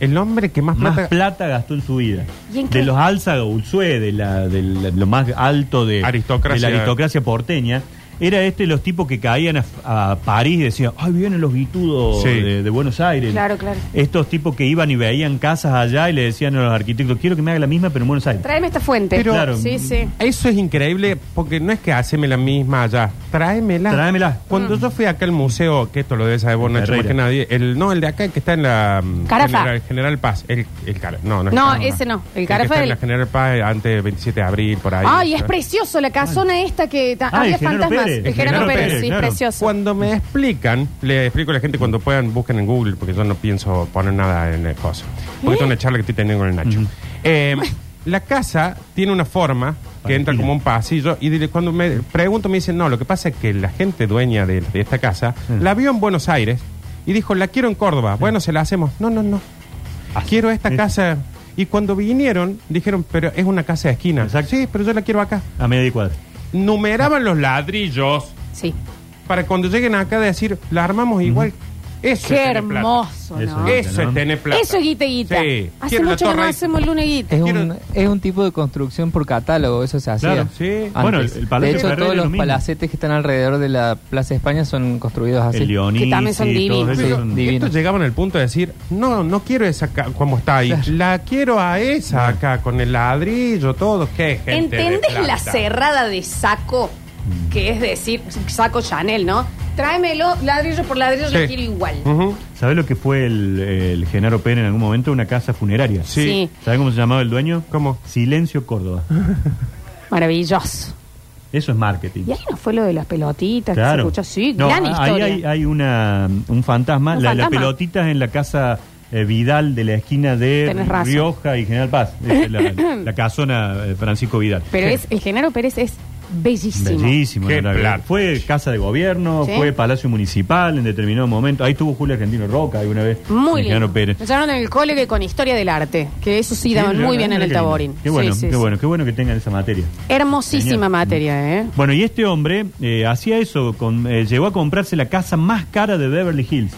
Speaker 3: El hombre que más
Speaker 4: Más
Speaker 3: plata.
Speaker 4: plata, gastó en su vida.
Speaker 2: ¿Y en
Speaker 4: de
Speaker 2: qué?
Speaker 4: los Álzaga Unzué, de, la, de la- lo más alto de,
Speaker 3: Aristocracia.
Speaker 4: de la aristocracia porteña. Era este los tipos que caían a, a París y decían, ay, vienen los guitudos
Speaker 3: Sí.
Speaker 4: de, de Buenos Aires.
Speaker 2: Claro, claro.
Speaker 4: Estos tipos que iban y veían casas allá y le decían a los arquitectos, quiero que me haga la misma, pero en Buenos Aires.
Speaker 2: Tráeme esta fuente.
Speaker 4: Pero- Claro.
Speaker 2: Sí, sí.
Speaker 3: Eso es increíble porque no es que haceme la misma allá, tráemela.
Speaker 4: Tráemela.
Speaker 2: Mm.
Speaker 3: Cuando yo fui acá al museo, que esto lo debe saber vos, Nacho,
Speaker 4: Ferreira.
Speaker 3: más que nadie, el, no, el de acá, el que está en la mm,
Speaker 2: Carafa.
Speaker 3: General, General Paz. El, el cara- no, no, es
Speaker 2: No,
Speaker 3: Carafa.
Speaker 2: ese no. El Carafa
Speaker 3: que está
Speaker 2: del-
Speaker 3: en la General Paz eh, antes del 27 de abril, por ahí.
Speaker 2: Ay, es
Speaker 3: ¿no?
Speaker 2: precioso la casona esta que ta-
Speaker 4: Ah, el
Speaker 2: había
Speaker 4: Genaro
Speaker 2: fantasmas.
Speaker 4: Pérez.
Speaker 2: El Gerardo
Speaker 3: Genaro
Speaker 2: Pérez,
Speaker 3: Pérez,
Speaker 2: sí,
Speaker 4: claro.
Speaker 2: precioso.
Speaker 3: Cuando me explican, le explico a la gente cuando puedan, busquen en Google, porque yo no pienso poner nada en el coso. Porque esto es una charla que estoy teniendo con el Nacho.
Speaker 4: ¿Eh? Ujú.
Speaker 3: Eh, la casa tiene una forma que entra como un pasillo y dile- cuando me pregunto me dicen, no, lo que pasa es que la gente dueña de, de esta casa
Speaker 4: Sí.
Speaker 3: la vio en Buenos Aires y dijo, la quiero en Córdoba. Bueno, se la hacemos. No, no, no. Quiero esta
Speaker 4: Sí.
Speaker 3: casa. Y cuando vinieron, dijeron, pero es una casa de esquina.
Speaker 4: Exacto.
Speaker 3: Sí, pero yo la quiero acá.
Speaker 4: A media cuadra.
Speaker 3: Numeraban los ladrillos
Speaker 2: Sí.
Speaker 3: para cuando lleguen acá decir, la armamos igual. Eso
Speaker 2: Qué
Speaker 3: es tener plata.
Speaker 2: hermoso,
Speaker 4: Eso.
Speaker 2: ¿no?
Speaker 3: Eso
Speaker 4: ¿no?
Speaker 3: es tener plata.
Speaker 2: Eso es guita guita.
Speaker 3: Sí.
Speaker 2: Hace
Speaker 3: Quiero la
Speaker 2: mucho que no
Speaker 3: torre.
Speaker 2: hacemos luna guita.
Speaker 1: Es
Speaker 3: Quiero-
Speaker 1: un, es un tipo de construcción por catálogo, eso se hacía.
Speaker 4: Claro,
Speaker 3: sí.
Speaker 4: Bueno, el- el Palacio
Speaker 1: de hecho,
Speaker 4: Ferrer
Speaker 1: todos
Speaker 4: es lo
Speaker 1: los
Speaker 4: mismo.
Speaker 1: palacetes que están alrededor de la Plaza de España son construidos
Speaker 3: Ah,
Speaker 1: así.
Speaker 4: El Leonisi,
Speaker 2: Que también son
Speaker 4: todos
Speaker 2: divinos.
Speaker 4: esos
Speaker 1: Pero-
Speaker 4: son-
Speaker 1: Di- divino.
Speaker 3: Estos llegaban al punto de decir, no, no quiero esa ca- como está ahí.
Speaker 1: Claro.
Speaker 3: La quiero a esa acá, con el ladrillo, todo. Qué gente de
Speaker 2: ¿Entendés la
Speaker 3: plata.
Speaker 2: cerrada de saco?
Speaker 4: Mm.
Speaker 2: Que es decir, saco Chanel, ¿no? Tráemelo ladrillo por ladrillo,
Speaker 3: Sí.
Speaker 2: lo quiero igual.
Speaker 3: Ujú.
Speaker 4: ¿Sabés lo que fue el, el Genaro Pérez en algún momento? Una casa funeraria.
Speaker 2: Sí. Sí.
Speaker 4: ¿Sabés cómo se llamaba el dueño?
Speaker 3: ¿Cómo?
Speaker 2: [LAUGHS]
Speaker 4: Silencio Córdoba.
Speaker 2: Maravilloso.
Speaker 4: Eso es marketing.
Speaker 2: Y ahí no fue lo de las pelotitas
Speaker 4: Claro.
Speaker 2: que se escuchó. Sí,
Speaker 4: No,
Speaker 2: gran
Speaker 4: ahí
Speaker 2: historia.
Speaker 4: hay, hay una, un fantasma.
Speaker 2: Un
Speaker 4: la,
Speaker 2: fantasma.
Speaker 4: La pelotita es en la casa eh, Vidal de la esquina de
Speaker 2: Tenés razón.
Speaker 4: Rioja y
Speaker 2: [LAUGHS]
Speaker 4: General Paz. Es la, la casona eh, Francisco Vidal.
Speaker 2: Pero es, el Genaro Pérez es bellísimo.
Speaker 4: Bellísimo.
Speaker 3: Qué
Speaker 4: la- la-
Speaker 3: plata.
Speaker 4: Fue casa de gobierno,
Speaker 2: Sí.
Speaker 4: fue palacio municipal en determinado momento. Ahí estuvo Julio Argentino Roca alguna vez.
Speaker 2: Muy
Speaker 4: Y Genaro
Speaker 2: lindo.
Speaker 4: Pérez.
Speaker 2: Nos llamaron en el cole que con historia del arte, que eso sí daban
Speaker 4: Sí,
Speaker 2: muy bien en
Speaker 4: mira
Speaker 2: el
Speaker 4: qué lindo.
Speaker 2: Taborín.
Speaker 4: Qué bueno,
Speaker 2: Sí, sí,
Speaker 4: qué
Speaker 2: sí.
Speaker 4: bueno, qué bueno que tengan esa materia.
Speaker 2: Hermosísima
Speaker 4: Genial.
Speaker 2: materia, ¿eh?
Speaker 4: Bueno, y este hombre eh, hacía eso, con, eh, llegó a comprarse la casa más cara de Beverly Hills.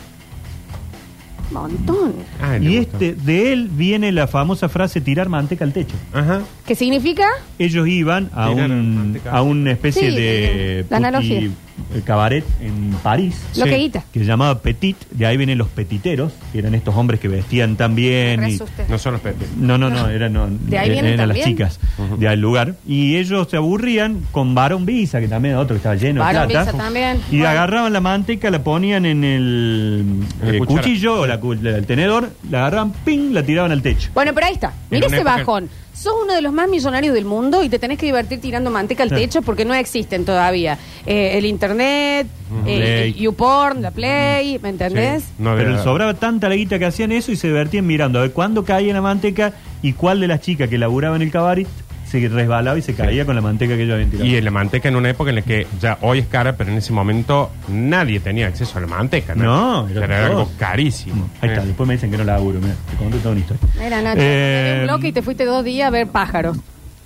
Speaker 2: Montón.
Speaker 3: Ay, le
Speaker 4: Y
Speaker 3: gustó.
Speaker 4: este, de él viene la famosa frase tirar manteca al techo.
Speaker 3: Ajá.
Speaker 2: ¿Qué significa?
Speaker 4: Ellos iban a,
Speaker 3: Tirar
Speaker 4: un,
Speaker 3: manteca.
Speaker 4: a una especie
Speaker 2: Sí,
Speaker 4: de
Speaker 2: eh, la
Speaker 4: puti-
Speaker 2: analogía.
Speaker 4: eh, cabaret en París.
Speaker 2: Lo
Speaker 3: Sí.
Speaker 2: que guita.
Speaker 4: Que se llamaba Petit, de ahí vienen los petiteros, que eran estos hombres que vestían tan bien.
Speaker 2: Me
Speaker 4: y-
Speaker 2: reasusté.
Speaker 3: No este. son los petes.
Speaker 4: no,
Speaker 2: [LAUGHS]
Speaker 4: no, no, eran, no, eh,
Speaker 2: De ahí
Speaker 4: eran,
Speaker 2: vienen
Speaker 4: las
Speaker 2: también.
Speaker 4: chicas de ahí el lugar. Y ellos se aburrían con Barón Visa, que también era otro que estaba lleno de
Speaker 2: Barón
Speaker 4: plata.
Speaker 2: Visa también.
Speaker 4: Y
Speaker 2: Bueno.
Speaker 4: agarraban la manteca, la ponían en el
Speaker 3: En la
Speaker 4: eh,
Speaker 3: cuchara.
Speaker 4: cuchillo o la cu- la- el tenedor, la agarraban, ping, la tiraban al techo.
Speaker 2: Bueno, pero ahí está.
Speaker 3: En
Speaker 2: Mira
Speaker 3: una
Speaker 2: ese
Speaker 3: época-
Speaker 2: bajón. Sos uno de los más millonarios del mundo y te tenés que divertir tirando manteca al
Speaker 4: Sí.
Speaker 2: techo porque no existen todavía. Eh, el internet, eh,
Speaker 4: Play.
Speaker 2: el YouPorn, la Play, ¿me entendés?
Speaker 3: Sí. No
Speaker 4: Pero
Speaker 3: había-
Speaker 4: les sobraba tanta la guita que hacían eso y se divertían mirando a ver cuándo caía la manteca y cuál de las chicas que laburaba en el cabaret se resbalaba y se caía con la manteca que ellos habían tirado.
Speaker 3: Y la manteca en una época en la que ya hoy es cara, pero en ese momento nadie tenía acceso a la manteca.
Speaker 4: No, era
Speaker 3: era, era
Speaker 4: todo.
Speaker 3: algo carísimo.
Speaker 4: Ahí está,
Speaker 3: Eh.
Speaker 4: después me dicen que no laburo, mira, te conté toda una historia.
Speaker 2: Mira, Nacho,
Speaker 4: Eh,
Speaker 2: te di un bloque y te fuiste dos días a ver pájaros.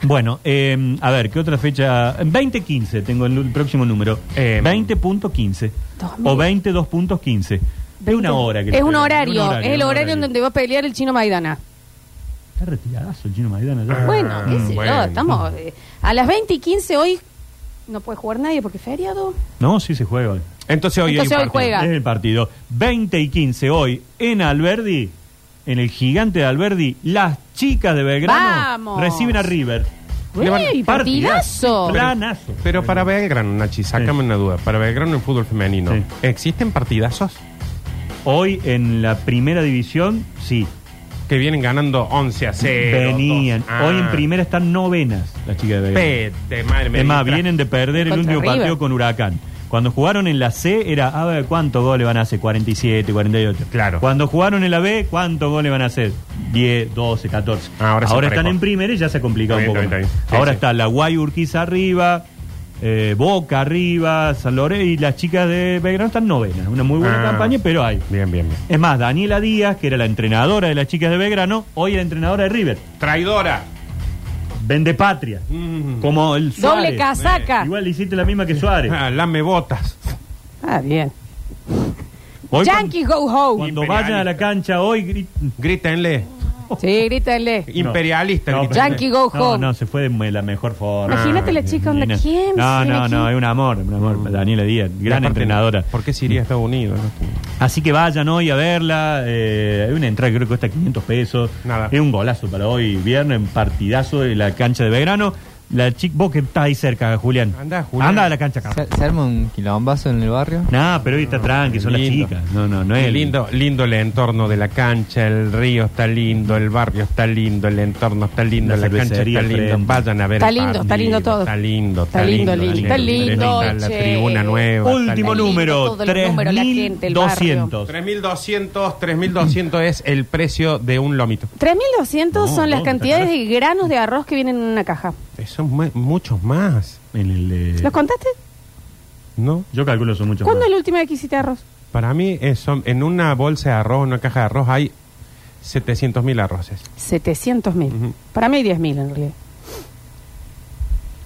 Speaker 4: Bueno, eh, a ver, ¿qué otra fecha? 2015, tengo el, nu- próximo número.
Speaker 3: Eh,
Speaker 4: 20.15 o 22.15. Es una hora. Que
Speaker 2: Es un
Speaker 4: le-
Speaker 2: horario,
Speaker 4: un
Speaker 2: es el
Speaker 4: un
Speaker 2: horario en donde va a pelear el chino Maidana.
Speaker 4: Está retiradazo el Gino Maidana.
Speaker 3: Ah.
Speaker 4: ya.
Speaker 2: Bueno, qué sé yo,
Speaker 3: bueno.
Speaker 2: estamos. eh, a las 20 y 15 hoy no puede jugar nadie porque es feriado.
Speaker 4: No, sí se juega hoy.
Speaker 3: Entonces hoy hay
Speaker 2: Entonces
Speaker 3: un
Speaker 2: hoy
Speaker 3: partido.
Speaker 2: juega.
Speaker 4: Es el partido. 20 y 15 hoy en Alberdi, en el gigante de Alberdi, las chicas de Belgrano
Speaker 2: ¡Vamos!
Speaker 4: reciben a River.
Speaker 2: Uy,
Speaker 4: Llevan
Speaker 2: partidazo.
Speaker 4: Planazo.
Speaker 3: Pero para Belgrano, Nachi, sácame
Speaker 4: Sí.
Speaker 3: una duda. Para Belgrano en fútbol femenino,
Speaker 4: Sí.
Speaker 3: ¿existen partidazos?
Speaker 4: Hoy en la primera división, sí.
Speaker 3: que vienen ganando 11 a 0.
Speaker 4: Venían.
Speaker 3: dos Ah, a-
Speaker 4: Hoy en primera están novenas las chicas de Belgrano.
Speaker 3: Pete, madre mía.
Speaker 4: Es más, vienen de perder el
Speaker 2: Contra
Speaker 4: último
Speaker 2: River.
Speaker 4: partido con Huracán. Cuando jugaron en la C era, a ver, ¿cuántos goles van a hacer? 47, 48.
Speaker 3: Claro.
Speaker 4: Cuando jugaron en la B, ¿cuántos goles van a hacer? 10, 12, 14.
Speaker 3: Ah, Ahora se emparejó.
Speaker 4: están en primera y ya se ha complicado
Speaker 3: Está
Speaker 4: un
Speaker 3: bien,
Speaker 4: poco.
Speaker 3: está bien,
Speaker 4: más.
Speaker 3: está bien. Sí,
Speaker 4: Ahora
Speaker 3: sí.
Speaker 4: está la Guay Urquiza arriba, eh, Boca arriba, San Lorenzo y las chicas de Belgrano están novenas. Una muy buena
Speaker 3: Ah.
Speaker 4: campaña, pero hay.
Speaker 3: Bien, bien, bien.
Speaker 4: Es más, Daniela Díaz, que era la entrenadora de las chicas de Belgrano, hoy es la entrenadora de River.
Speaker 3: Traidora.
Speaker 4: Vende patria.
Speaker 3: Mm.
Speaker 4: Como el
Speaker 2: Doble
Speaker 4: Suárez. Eh,
Speaker 2: casaca.
Speaker 4: Igual le hiciste la misma que Suárez.
Speaker 3: Ah, lame botas.
Speaker 2: Ah, bien.
Speaker 4: [LAUGHS] Hoy
Speaker 2: Yankees go
Speaker 4: cuando,
Speaker 2: home.
Speaker 4: cuando vayan a la cancha hoy, grit-
Speaker 3: Grítenle.
Speaker 2: Sí, grítale.
Speaker 3: Imperialista.
Speaker 4: No,
Speaker 3: grítenle.
Speaker 4: pero-
Speaker 2: Yankee go
Speaker 4: no,
Speaker 2: home.
Speaker 4: no, se fue de mu- la mejor forma.
Speaker 2: Imagínate la chica, onda,
Speaker 4: Nina.
Speaker 2: ¿quién?
Speaker 4: No,
Speaker 2: ¿Quién
Speaker 4: no,
Speaker 2: aquí?
Speaker 4: no, es un amor, un amor. Daniela Díaz,
Speaker 3: Mm. Y
Speaker 4: gran
Speaker 3: aparte,
Speaker 4: entrenadora.
Speaker 3: ¿Por qué se iría a Estados Unidos?
Speaker 4: Así que vayan hoy a verla. eh, hay una entrada que creo que cuesta 500 pesos.
Speaker 3: Nada.
Speaker 4: Es un golazo para hoy, viernes, en partidazo de la cancha de Belgrano. La chica, vos que estás ahí cerca, Julián.
Speaker 3: Andá, Julián.
Speaker 4: Anda a la cancha acá.
Speaker 1: ¿Se, se arma un quilombazo en el barrio?
Speaker 4: No, pero hoy está tranqui, son las
Speaker 3: lindo.
Speaker 4: chicas. No, no, no es.
Speaker 3: lindo, lindo el entorno de la cancha, el río está lindo, el barrio está lindo, el entorno está lindo,
Speaker 4: La
Speaker 3: la, cancha
Speaker 4: cervecería
Speaker 3: está lindo.
Speaker 4: frente.
Speaker 3: Vayan a ver.
Speaker 2: Está
Speaker 3: el
Speaker 2: lindo, está
Speaker 3: partido,
Speaker 2: lindo todo.
Speaker 3: Está lindo, está,
Speaker 2: Está
Speaker 3: lindo,
Speaker 2: lindo, lindo,
Speaker 3: la gente,
Speaker 4: lindo,
Speaker 3: está la
Speaker 2: che.
Speaker 3: tribuna nueva. está
Speaker 4: Último
Speaker 3: lindo.
Speaker 4: número,
Speaker 2: Todos los números, la gente, el barrio.
Speaker 4: 3200.
Speaker 3: 3200, 3200 es el precio de un lomito.
Speaker 2: 3200
Speaker 4: No,
Speaker 2: son las
Speaker 4: no,
Speaker 2: cantidades
Speaker 4: está
Speaker 2: de granos de arroz que vienen en una caja.
Speaker 3: Son mu- muchos más,
Speaker 4: En el, eh,
Speaker 2: ¿Los contaste?
Speaker 3: ¿no?
Speaker 4: yo calculo son muchos.
Speaker 2: ¿Cuándo
Speaker 4: más.
Speaker 2: es la última vez que hiciste arroz?
Speaker 3: Para mí, eh, son- en una bolsa de arroz, una caja de arroz, hay 700 mil arroces.
Speaker 2: 700 mil.
Speaker 3: Ujú.
Speaker 2: Para mí 10 mil en realidad.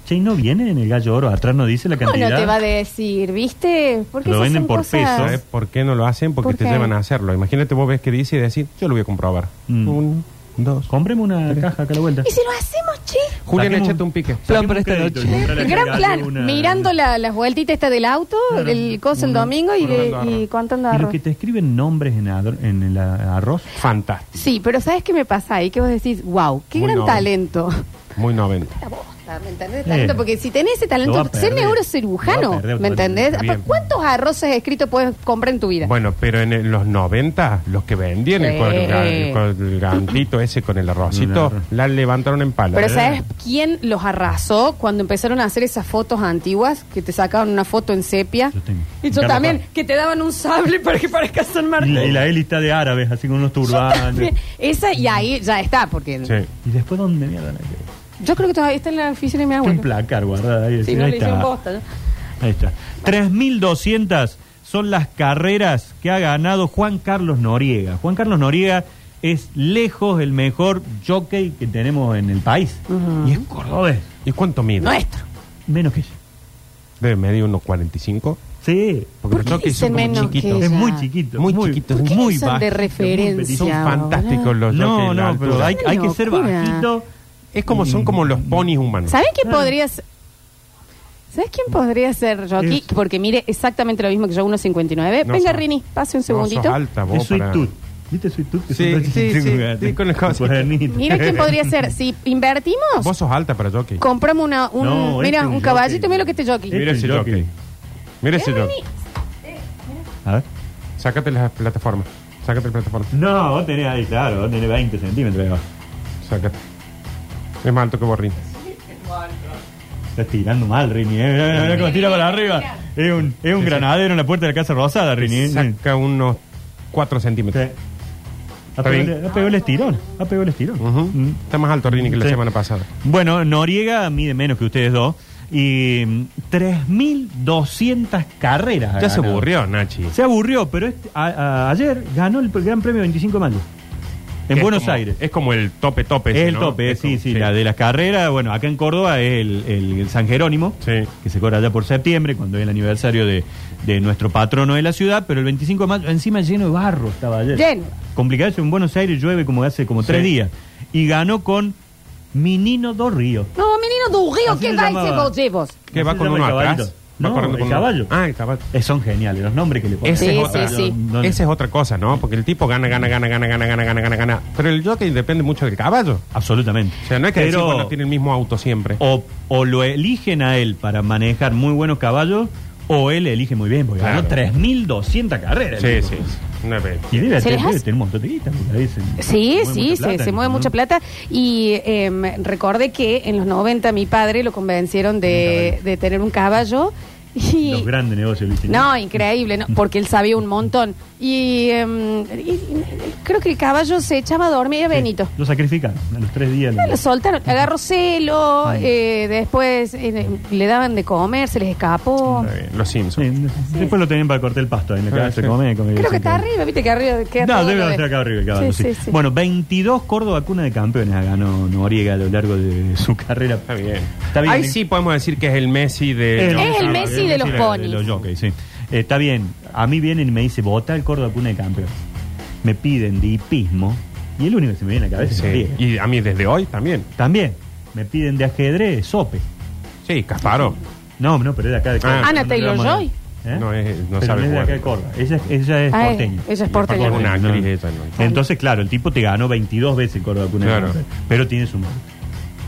Speaker 4: Che, ¿y ¿no viene en el gallo oro? Atrás no dice la
Speaker 2: ¿Cómo
Speaker 4: cantidad.
Speaker 2: no te va a decir? ¿Viste? Porque
Speaker 4: Lo
Speaker 2: esas
Speaker 4: venden
Speaker 2: son
Speaker 4: por
Speaker 2: cosas-
Speaker 4: peso, ¿eh?
Speaker 3: ¿Sabes ¿eh? por qué no lo hacen? Porque
Speaker 2: ¿Por
Speaker 3: te
Speaker 2: qué?
Speaker 3: llevan a hacerlo. Imagínate, vos ves que dice y decís, yo lo voy a comprobar.
Speaker 4: Mm.
Speaker 3: Uno, dos.
Speaker 4: Compremos una caja acá a la vuelta.
Speaker 2: ¿Y si lo hacemos, che?
Speaker 3: Julián,
Speaker 4: Saquemos-
Speaker 3: échate un pique.
Speaker 1: Plan para esta
Speaker 4: Saquemos un
Speaker 1: noche.
Speaker 4: crédito y comprarle
Speaker 2: El
Speaker 4: al
Speaker 2: gran
Speaker 4: gallo
Speaker 2: plan,
Speaker 4: una-
Speaker 2: mirando la, las vueltitas esta del auto,
Speaker 4: Claro.
Speaker 2: del coso el domingo y, de-
Speaker 3: Contando
Speaker 2: y
Speaker 3: arroz.
Speaker 2: contando
Speaker 4: Y los
Speaker 2: arroz.
Speaker 4: que te escriben nombres en, adro- en el a- arroz.
Speaker 3: Fantástico.
Speaker 2: Sí, pero ¿sabes qué me pasa ahí? Que vos decís, wow, qué
Speaker 3: Muy
Speaker 2: gran
Speaker 3: noble.
Speaker 2: talento.
Speaker 3: Muy 90.
Speaker 2: La bosta, ¿Me entendés?
Speaker 4: Sí.
Speaker 2: Talento, porque si tenés ese
Speaker 4: Lo va
Speaker 2: talento,
Speaker 4: a
Speaker 2: sé
Speaker 4: perder. Lo va
Speaker 2: neurocirujano,
Speaker 4: a perder,
Speaker 2: ¿me entendés?
Speaker 4: está bien.
Speaker 2: Apa, ¿Cuántos arroces escritos puedes comprar en tu vida?
Speaker 3: Bueno, pero en el- los 90, los que vendían el,
Speaker 2: Sí.
Speaker 3: cuadruga- el cuadrugantito ese con el arrocito,
Speaker 4: Un arroz.
Speaker 3: la levantaron en pala.
Speaker 2: Pero ¿sabes quién los arrasó cuando empezaron a hacer esas fotos antiguas? Que te sacaban una foto en sepia.
Speaker 4: Yo tengo.
Speaker 2: Y yo
Speaker 4: Carlos
Speaker 2: también,
Speaker 4: Paz.
Speaker 2: que te daban un sable para que parezca San
Speaker 4: Y
Speaker 2: Martín.
Speaker 4: la, y la Eli está de árabes, así con unos
Speaker 2: Yo
Speaker 4: turbanes.
Speaker 2: también. Esa, y ahí ya está, porque
Speaker 3: Sí.
Speaker 4: ¿Y después dónde mierda? la que-
Speaker 2: yo creo que todavía está en la oficina de mi
Speaker 4: Un
Speaker 2: abuelo.
Speaker 4: placar guardado ahí.
Speaker 2: Si
Speaker 4: decir,
Speaker 2: Ah, no
Speaker 4: ahí
Speaker 2: le hicieron
Speaker 4: está.
Speaker 2: posta. ¿no?
Speaker 4: Ahí está. 3.200 son las carreras que ha ganado Juan Carlos Noriega. Juan Carlos Noriega es lejos el mejor jockey que tenemos en el país. Y es cordobés,
Speaker 3: ¿Y cuánto mide?
Speaker 2: Nuestro.
Speaker 4: menos que ella.
Speaker 3: Debe medir unos 45.
Speaker 4: Sí,
Speaker 2: ¿Por
Speaker 4: porque los
Speaker 2: qué
Speaker 4: jockeys
Speaker 2: dicen
Speaker 4: son como
Speaker 2: menos
Speaker 4: chiquitos.
Speaker 2: que
Speaker 4: Es
Speaker 2: ella?
Speaker 4: muy chiquito.
Speaker 3: Muy chiquitos,
Speaker 2: ¿Por qué
Speaker 4: muy
Speaker 2: no usan de
Speaker 4: bajito, muy
Speaker 2: referencia?
Speaker 4: petito.
Speaker 3: Son
Speaker 2: Ya,
Speaker 3: fantásticos los jockeys
Speaker 4: No,
Speaker 3: en la
Speaker 4: no, pero
Speaker 3: altura.
Speaker 4: hay, hay que ser
Speaker 2: Locura.
Speaker 4: bajito.
Speaker 3: Es como, son como los ponis humanos.
Speaker 2: ¿Sabes quién
Speaker 4: Claro.
Speaker 2: podría ser? ¿Sabes quién podría ser yo aquí?
Speaker 4: Es-
Speaker 2: Porque mire exactamente lo mismo que yo, 1.59.
Speaker 3: No
Speaker 2: Venga,
Speaker 3: sos-
Speaker 2: Rini, pase un
Speaker 3: No sos
Speaker 2: segundito.
Speaker 3: alta, vos,
Speaker 4: Es Sweet
Speaker 3: para-
Speaker 4: Tooth. ¿Viste Sweet Tooth? Que
Speaker 3: Sí,
Speaker 4: son
Speaker 3: sí,
Speaker 4: tres-
Speaker 3: sí,
Speaker 4: tres-
Speaker 3: sí,
Speaker 4: [LAUGHS]
Speaker 3: con los cositos.
Speaker 4: cuadernitos.
Speaker 2: Mira quién podría ser.
Speaker 4: [LAUGHS]
Speaker 2: Si invertimos,
Speaker 3: Vos sos alta para jockey.
Speaker 2: compramos una, un,
Speaker 4: No,
Speaker 2: mira,
Speaker 4: este es
Speaker 2: un
Speaker 4: un
Speaker 2: caballito,
Speaker 4: jockey.
Speaker 2: mira lo que este jockey.
Speaker 4: Este
Speaker 3: Mira
Speaker 4: es
Speaker 3: ese
Speaker 4: el jockey.
Speaker 3: jockey. Mira ese
Speaker 2: Mira,
Speaker 3: jockey.
Speaker 4: A ver.
Speaker 3: Sácate las plataformas. Sácate la plataforma.
Speaker 4: No, vos tenés ahí, claro, vos tenés 20 centímetros. ahí abajo.
Speaker 3: Sácate. Es más alto que Borrín.
Speaker 4: Estás tirando mal, Rini. eh. Mirá, mirá, mirá cómo tira para arriba. Es un, es
Speaker 3: Sí,
Speaker 4: un
Speaker 3: sí.
Speaker 4: granadero en la puerta de la casa rosada, Rini. eh.
Speaker 3: Saca unos 4
Speaker 4: Sí.
Speaker 3: centímetros.
Speaker 4: Ha
Speaker 3: Está bien.
Speaker 4: pegado, ha pegado el estirón. Ha pegado el estirón.
Speaker 3: Ujú.
Speaker 4: Mm.
Speaker 3: Está más alto Rini que la
Speaker 4: Sí.
Speaker 3: semana pasada.
Speaker 4: Bueno, Noriega mide menos que ustedes dos. Y mm, 3.200 carreras. ha
Speaker 3: Ya se
Speaker 4: ganado.
Speaker 3: aburrió, Nachi.
Speaker 4: Se aburrió, pero este- a- a- ayer ganó el Gran Premio 25 de mayo. En
Speaker 3: Es
Speaker 4: Buenos
Speaker 3: como-
Speaker 4: Aires.
Speaker 3: Es como el tope, tope.
Speaker 4: Es
Speaker 3: ese,
Speaker 4: el
Speaker 3: ¿no?
Speaker 4: tope,
Speaker 3: Es
Speaker 4: sí,
Speaker 3: como-
Speaker 4: sí, La de las carreras, bueno, acá en Córdoba es el, el- el San Jerónimo,
Speaker 3: Sí.
Speaker 4: que se corre allá por septiembre, cuando es el aniversario de, de nuestro patrono de la ciudad, pero el 25 de mayo, encima lleno de barro estaba ayer.
Speaker 2: Lleno.
Speaker 4: Complicado eso, en Buenos Aires llueve como hace como tres
Speaker 3: Sí.
Speaker 4: días. Y ganó con Minino dos Ríos.
Speaker 2: No, menino, du río,
Speaker 4: Así
Speaker 2: ¿qué
Speaker 4: se
Speaker 2: va
Speaker 4: llamaba.
Speaker 2: ese bollevos?
Speaker 3: ¿Qué
Speaker 4: No
Speaker 3: va
Speaker 4: se
Speaker 3: con
Speaker 4: llama
Speaker 3: uno
Speaker 4: el caballito.
Speaker 3: atrás? Va
Speaker 4: No,
Speaker 3: corriendo
Speaker 4: el
Speaker 3: con uno-
Speaker 4: caballo.
Speaker 3: Ah, el caballo.
Speaker 4: Eh, son geniales los nombres que le ponen.
Speaker 3: Esa
Speaker 2: Sí,
Speaker 3: es otra.
Speaker 2: sí, sí.
Speaker 4: No, no.
Speaker 3: Esa es otra cosa, ¿no? Porque el tipo gana, gana, gana, gana, gana, gana, gana, gana, gana. Pero el jockey depende mucho del caballo.
Speaker 4: Absolutamente.
Speaker 3: O sea, no es que
Speaker 4: Pero- Oh,
Speaker 3: decir, bueno, tiene el mismo auto siempre.
Speaker 4: o, o lo eligen a él para manejar muy buenos caballos, o él elige muy bien, porque
Speaker 3: Claro.
Speaker 4: ganó 3.200 carreras.
Speaker 3: Sí,
Speaker 4: el tipo.
Speaker 3: sí. Una vez.
Speaker 4: Y debe,
Speaker 2: ¿Se
Speaker 4: tener-
Speaker 2: les hace?
Speaker 4: debe tener un montón de guita, porque ahí se-
Speaker 2: Sí,
Speaker 4: se mueve
Speaker 2: sí,
Speaker 4: mucha
Speaker 2: se,
Speaker 4: plata,
Speaker 2: se mueve
Speaker 4: ¿no?
Speaker 2: mucha plata. Y eh, recordé que en los 90 mi padre lo convencieron de, de tener un caballo. Y,
Speaker 4: Los grandes negocios, ¿viste?
Speaker 2: No, increíble, ¿no? porque él sabía un montón. Y, em, y- y creo que el caballo se echaba a dormir a Benito.
Speaker 4: Lo sacrifican a los tres días.
Speaker 2: No, Lo soltaron, agarró celo,
Speaker 4: Ay.
Speaker 2: eh, después eh, le daban de comer, se les escapó.
Speaker 3: Está bien, Los Simpsons.
Speaker 4: Sí, no- Después lo tenían para cortar el pasto. En la
Speaker 3: Sí,
Speaker 4: casa
Speaker 3: Ah, sí.
Speaker 4: come, come.
Speaker 2: Creo que
Speaker 4: siempre.
Speaker 2: está arriba, viste que arriba queda
Speaker 4: No,
Speaker 2: todo
Speaker 4: debe
Speaker 2: lo de-
Speaker 4: estar acá arriba el caballo,
Speaker 2: Sí,
Speaker 4: sí.
Speaker 2: sí, sí.
Speaker 4: Bueno, 22 Córdoba cuna de campeones ganó Noriega a lo largo de su carrera.
Speaker 3: Está bien.
Speaker 4: Está bien. ¿eh?
Speaker 3: Ahí sí podemos decir que es el Messi de.
Speaker 4: Es
Speaker 2: el Messi de los
Speaker 4: De
Speaker 2: ponis.
Speaker 4: los jockeys, sí. Eh, está bien. A mí vienen y me dice, vota el Córdoba cuna de campeones. Me piden de hipismo y el único que se me viene a la cabeza es
Speaker 3: Sí.
Speaker 4: Noriega.
Speaker 3: Y a mí desde hoy también.
Speaker 4: También me piden de ajedrez, sope.
Speaker 3: Sí, Casparov.
Speaker 4: No, no, pero es de acá de Córdoba.
Speaker 2: Ana
Speaker 4: No, no, no, no,
Speaker 2: Taylor-Joy.
Speaker 4: ¿Eh?
Speaker 3: Ah. No, es- no
Speaker 4: Pero
Speaker 3: sabe
Speaker 4: es de
Speaker 3: jugar.
Speaker 4: acá de Córdoba. Ella, es- ella es
Speaker 2: Ah, es-
Speaker 4: porteña.
Speaker 2: ella es porteña.
Speaker 3: Es una
Speaker 4: No.
Speaker 3: actriz esa, ¿no?
Speaker 4: Entonces, claro, el tipo te ganó 22 veces el Córdoba Cuna de
Speaker 3: Claro.
Speaker 4: Campeones, pero tiene su mérito.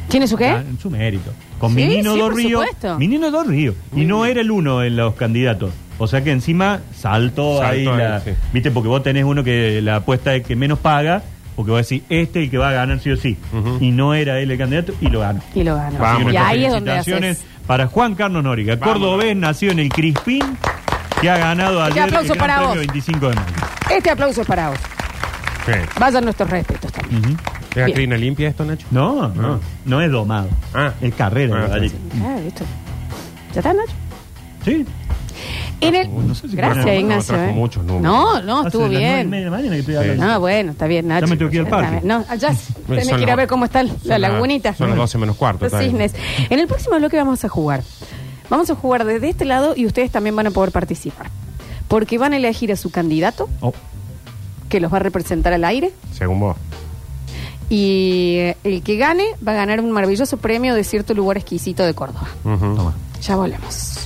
Speaker 2: ¿Tiene su qué?
Speaker 4: Ah, Su mérito. Con
Speaker 2: Sí,
Speaker 4: Minino
Speaker 2: sí,
Speaker 4: dos
Speaker 2: por
Speaker 4: Ríos.
Speaker 2: supuesto.
Speaker 4: Minino dos Ríos. Y no era el uno en los candidatos. O sea que encima saltó,
Speaker 3: Saltó ahí,
Speaker 4: ahí la.
Speaker 3: sí.
Speaker 4: Viste, porque vos tenés uno que la apuesta es que menos paga, porque vos decís, este es el que va a ganar sí o sí.
Speaker 3: Ujú.
Speaker 4: Y no era él el candidato y lo ganó.
Speaker 2: Y lo ganó.
Speaker 3: Vamos.
Speaker 2: Y
Speaker 4: Nuestras
Speaker 2: ahí es donde
Speaker 4: felicitaciones
Speaker 2: haces.
Speaker 4: para Juan Carlos Noriga,
Speaker 3: Vamos.
Speaker 4: cordobés, nacido en el Crispín, que ha ganado
Speaker 2: Este
Speaker 4: ayer el
Speaker 2: aplauso
Speaker 4: Gran
Speaker 2: para
Speaker 4: Premio
Speaker 2: vos.
Speaker 4: 25 de mayo.
Speaker 2: Este aplauso es para vos.
Speaker 3: Sí.
Speaker 2: Vayan nuestros respetos también.
Speaker 4: Ujú.
Speaker 3: ¿Es acrina limpia esto, Nacho?
Speaker 4: No, no, no es domado.
Speaker 3: Ah.
Speaker 4: Es carrera.
Speaker 3: Ah,
Speaker 4: la verdad.
Speaker 2: Ah, ¿viste? ¿Ya está, Nacho?
Speaker 4: Sí.
Speaker 2: En el-
Speaker 4: Ah, No sé si
Speaker 2: Gracias,
Speaker 4: trajo-
Speaker 2: Ignacio.
Speaker 3: no, trajo
Speaker 2: eh.
Speaker 3: muchos números.
Speaker 2: No, no,
Speaker 4: Hace
Speaker 2: estuvo
Speaker 4: las nueve y media
Speaker 2: bien.
Speaker 4: de la mañana que estoy
Speaker 3: Sí.
Speaker 4: hablando.
Speaker 2: No, bueno, está bien, Nacho.
Speaker 4: Ya me tengo que ir al
Speaker 2: Está
Speaker 4: parque.
Speaker 2: bien. No, allá tenés
Speaker 3: son
Speaker 4: [LAUGHS]
Speaker 2: que ir a
Speaker 3: las-
Speaker 2: ver cómo está la
Speaker 3: son las-
Speaker 2: lagunita.
Speaker 3: son las 12 menos cuarto,
Speaker 2: Los
Speaker 3: está bien.
Speaker 2: cisnes. En el próximo bloque vamos a jugar. Vamos a jugar desde este lado y ustedes también van a poder participar. Porque van a elegir a su candidato
Speaker 4: Oh,
Speaker 2: que los va a representar al aire
Speaker 3: Según vos.
Speaker 2: y eh, el que gane va a ganar un maravilloso premio de cierto lugar exquisito de Córdoba.
Speaker 3: Ujú.
Speaker 4: toma.
Speaker 2: Ya volvemos.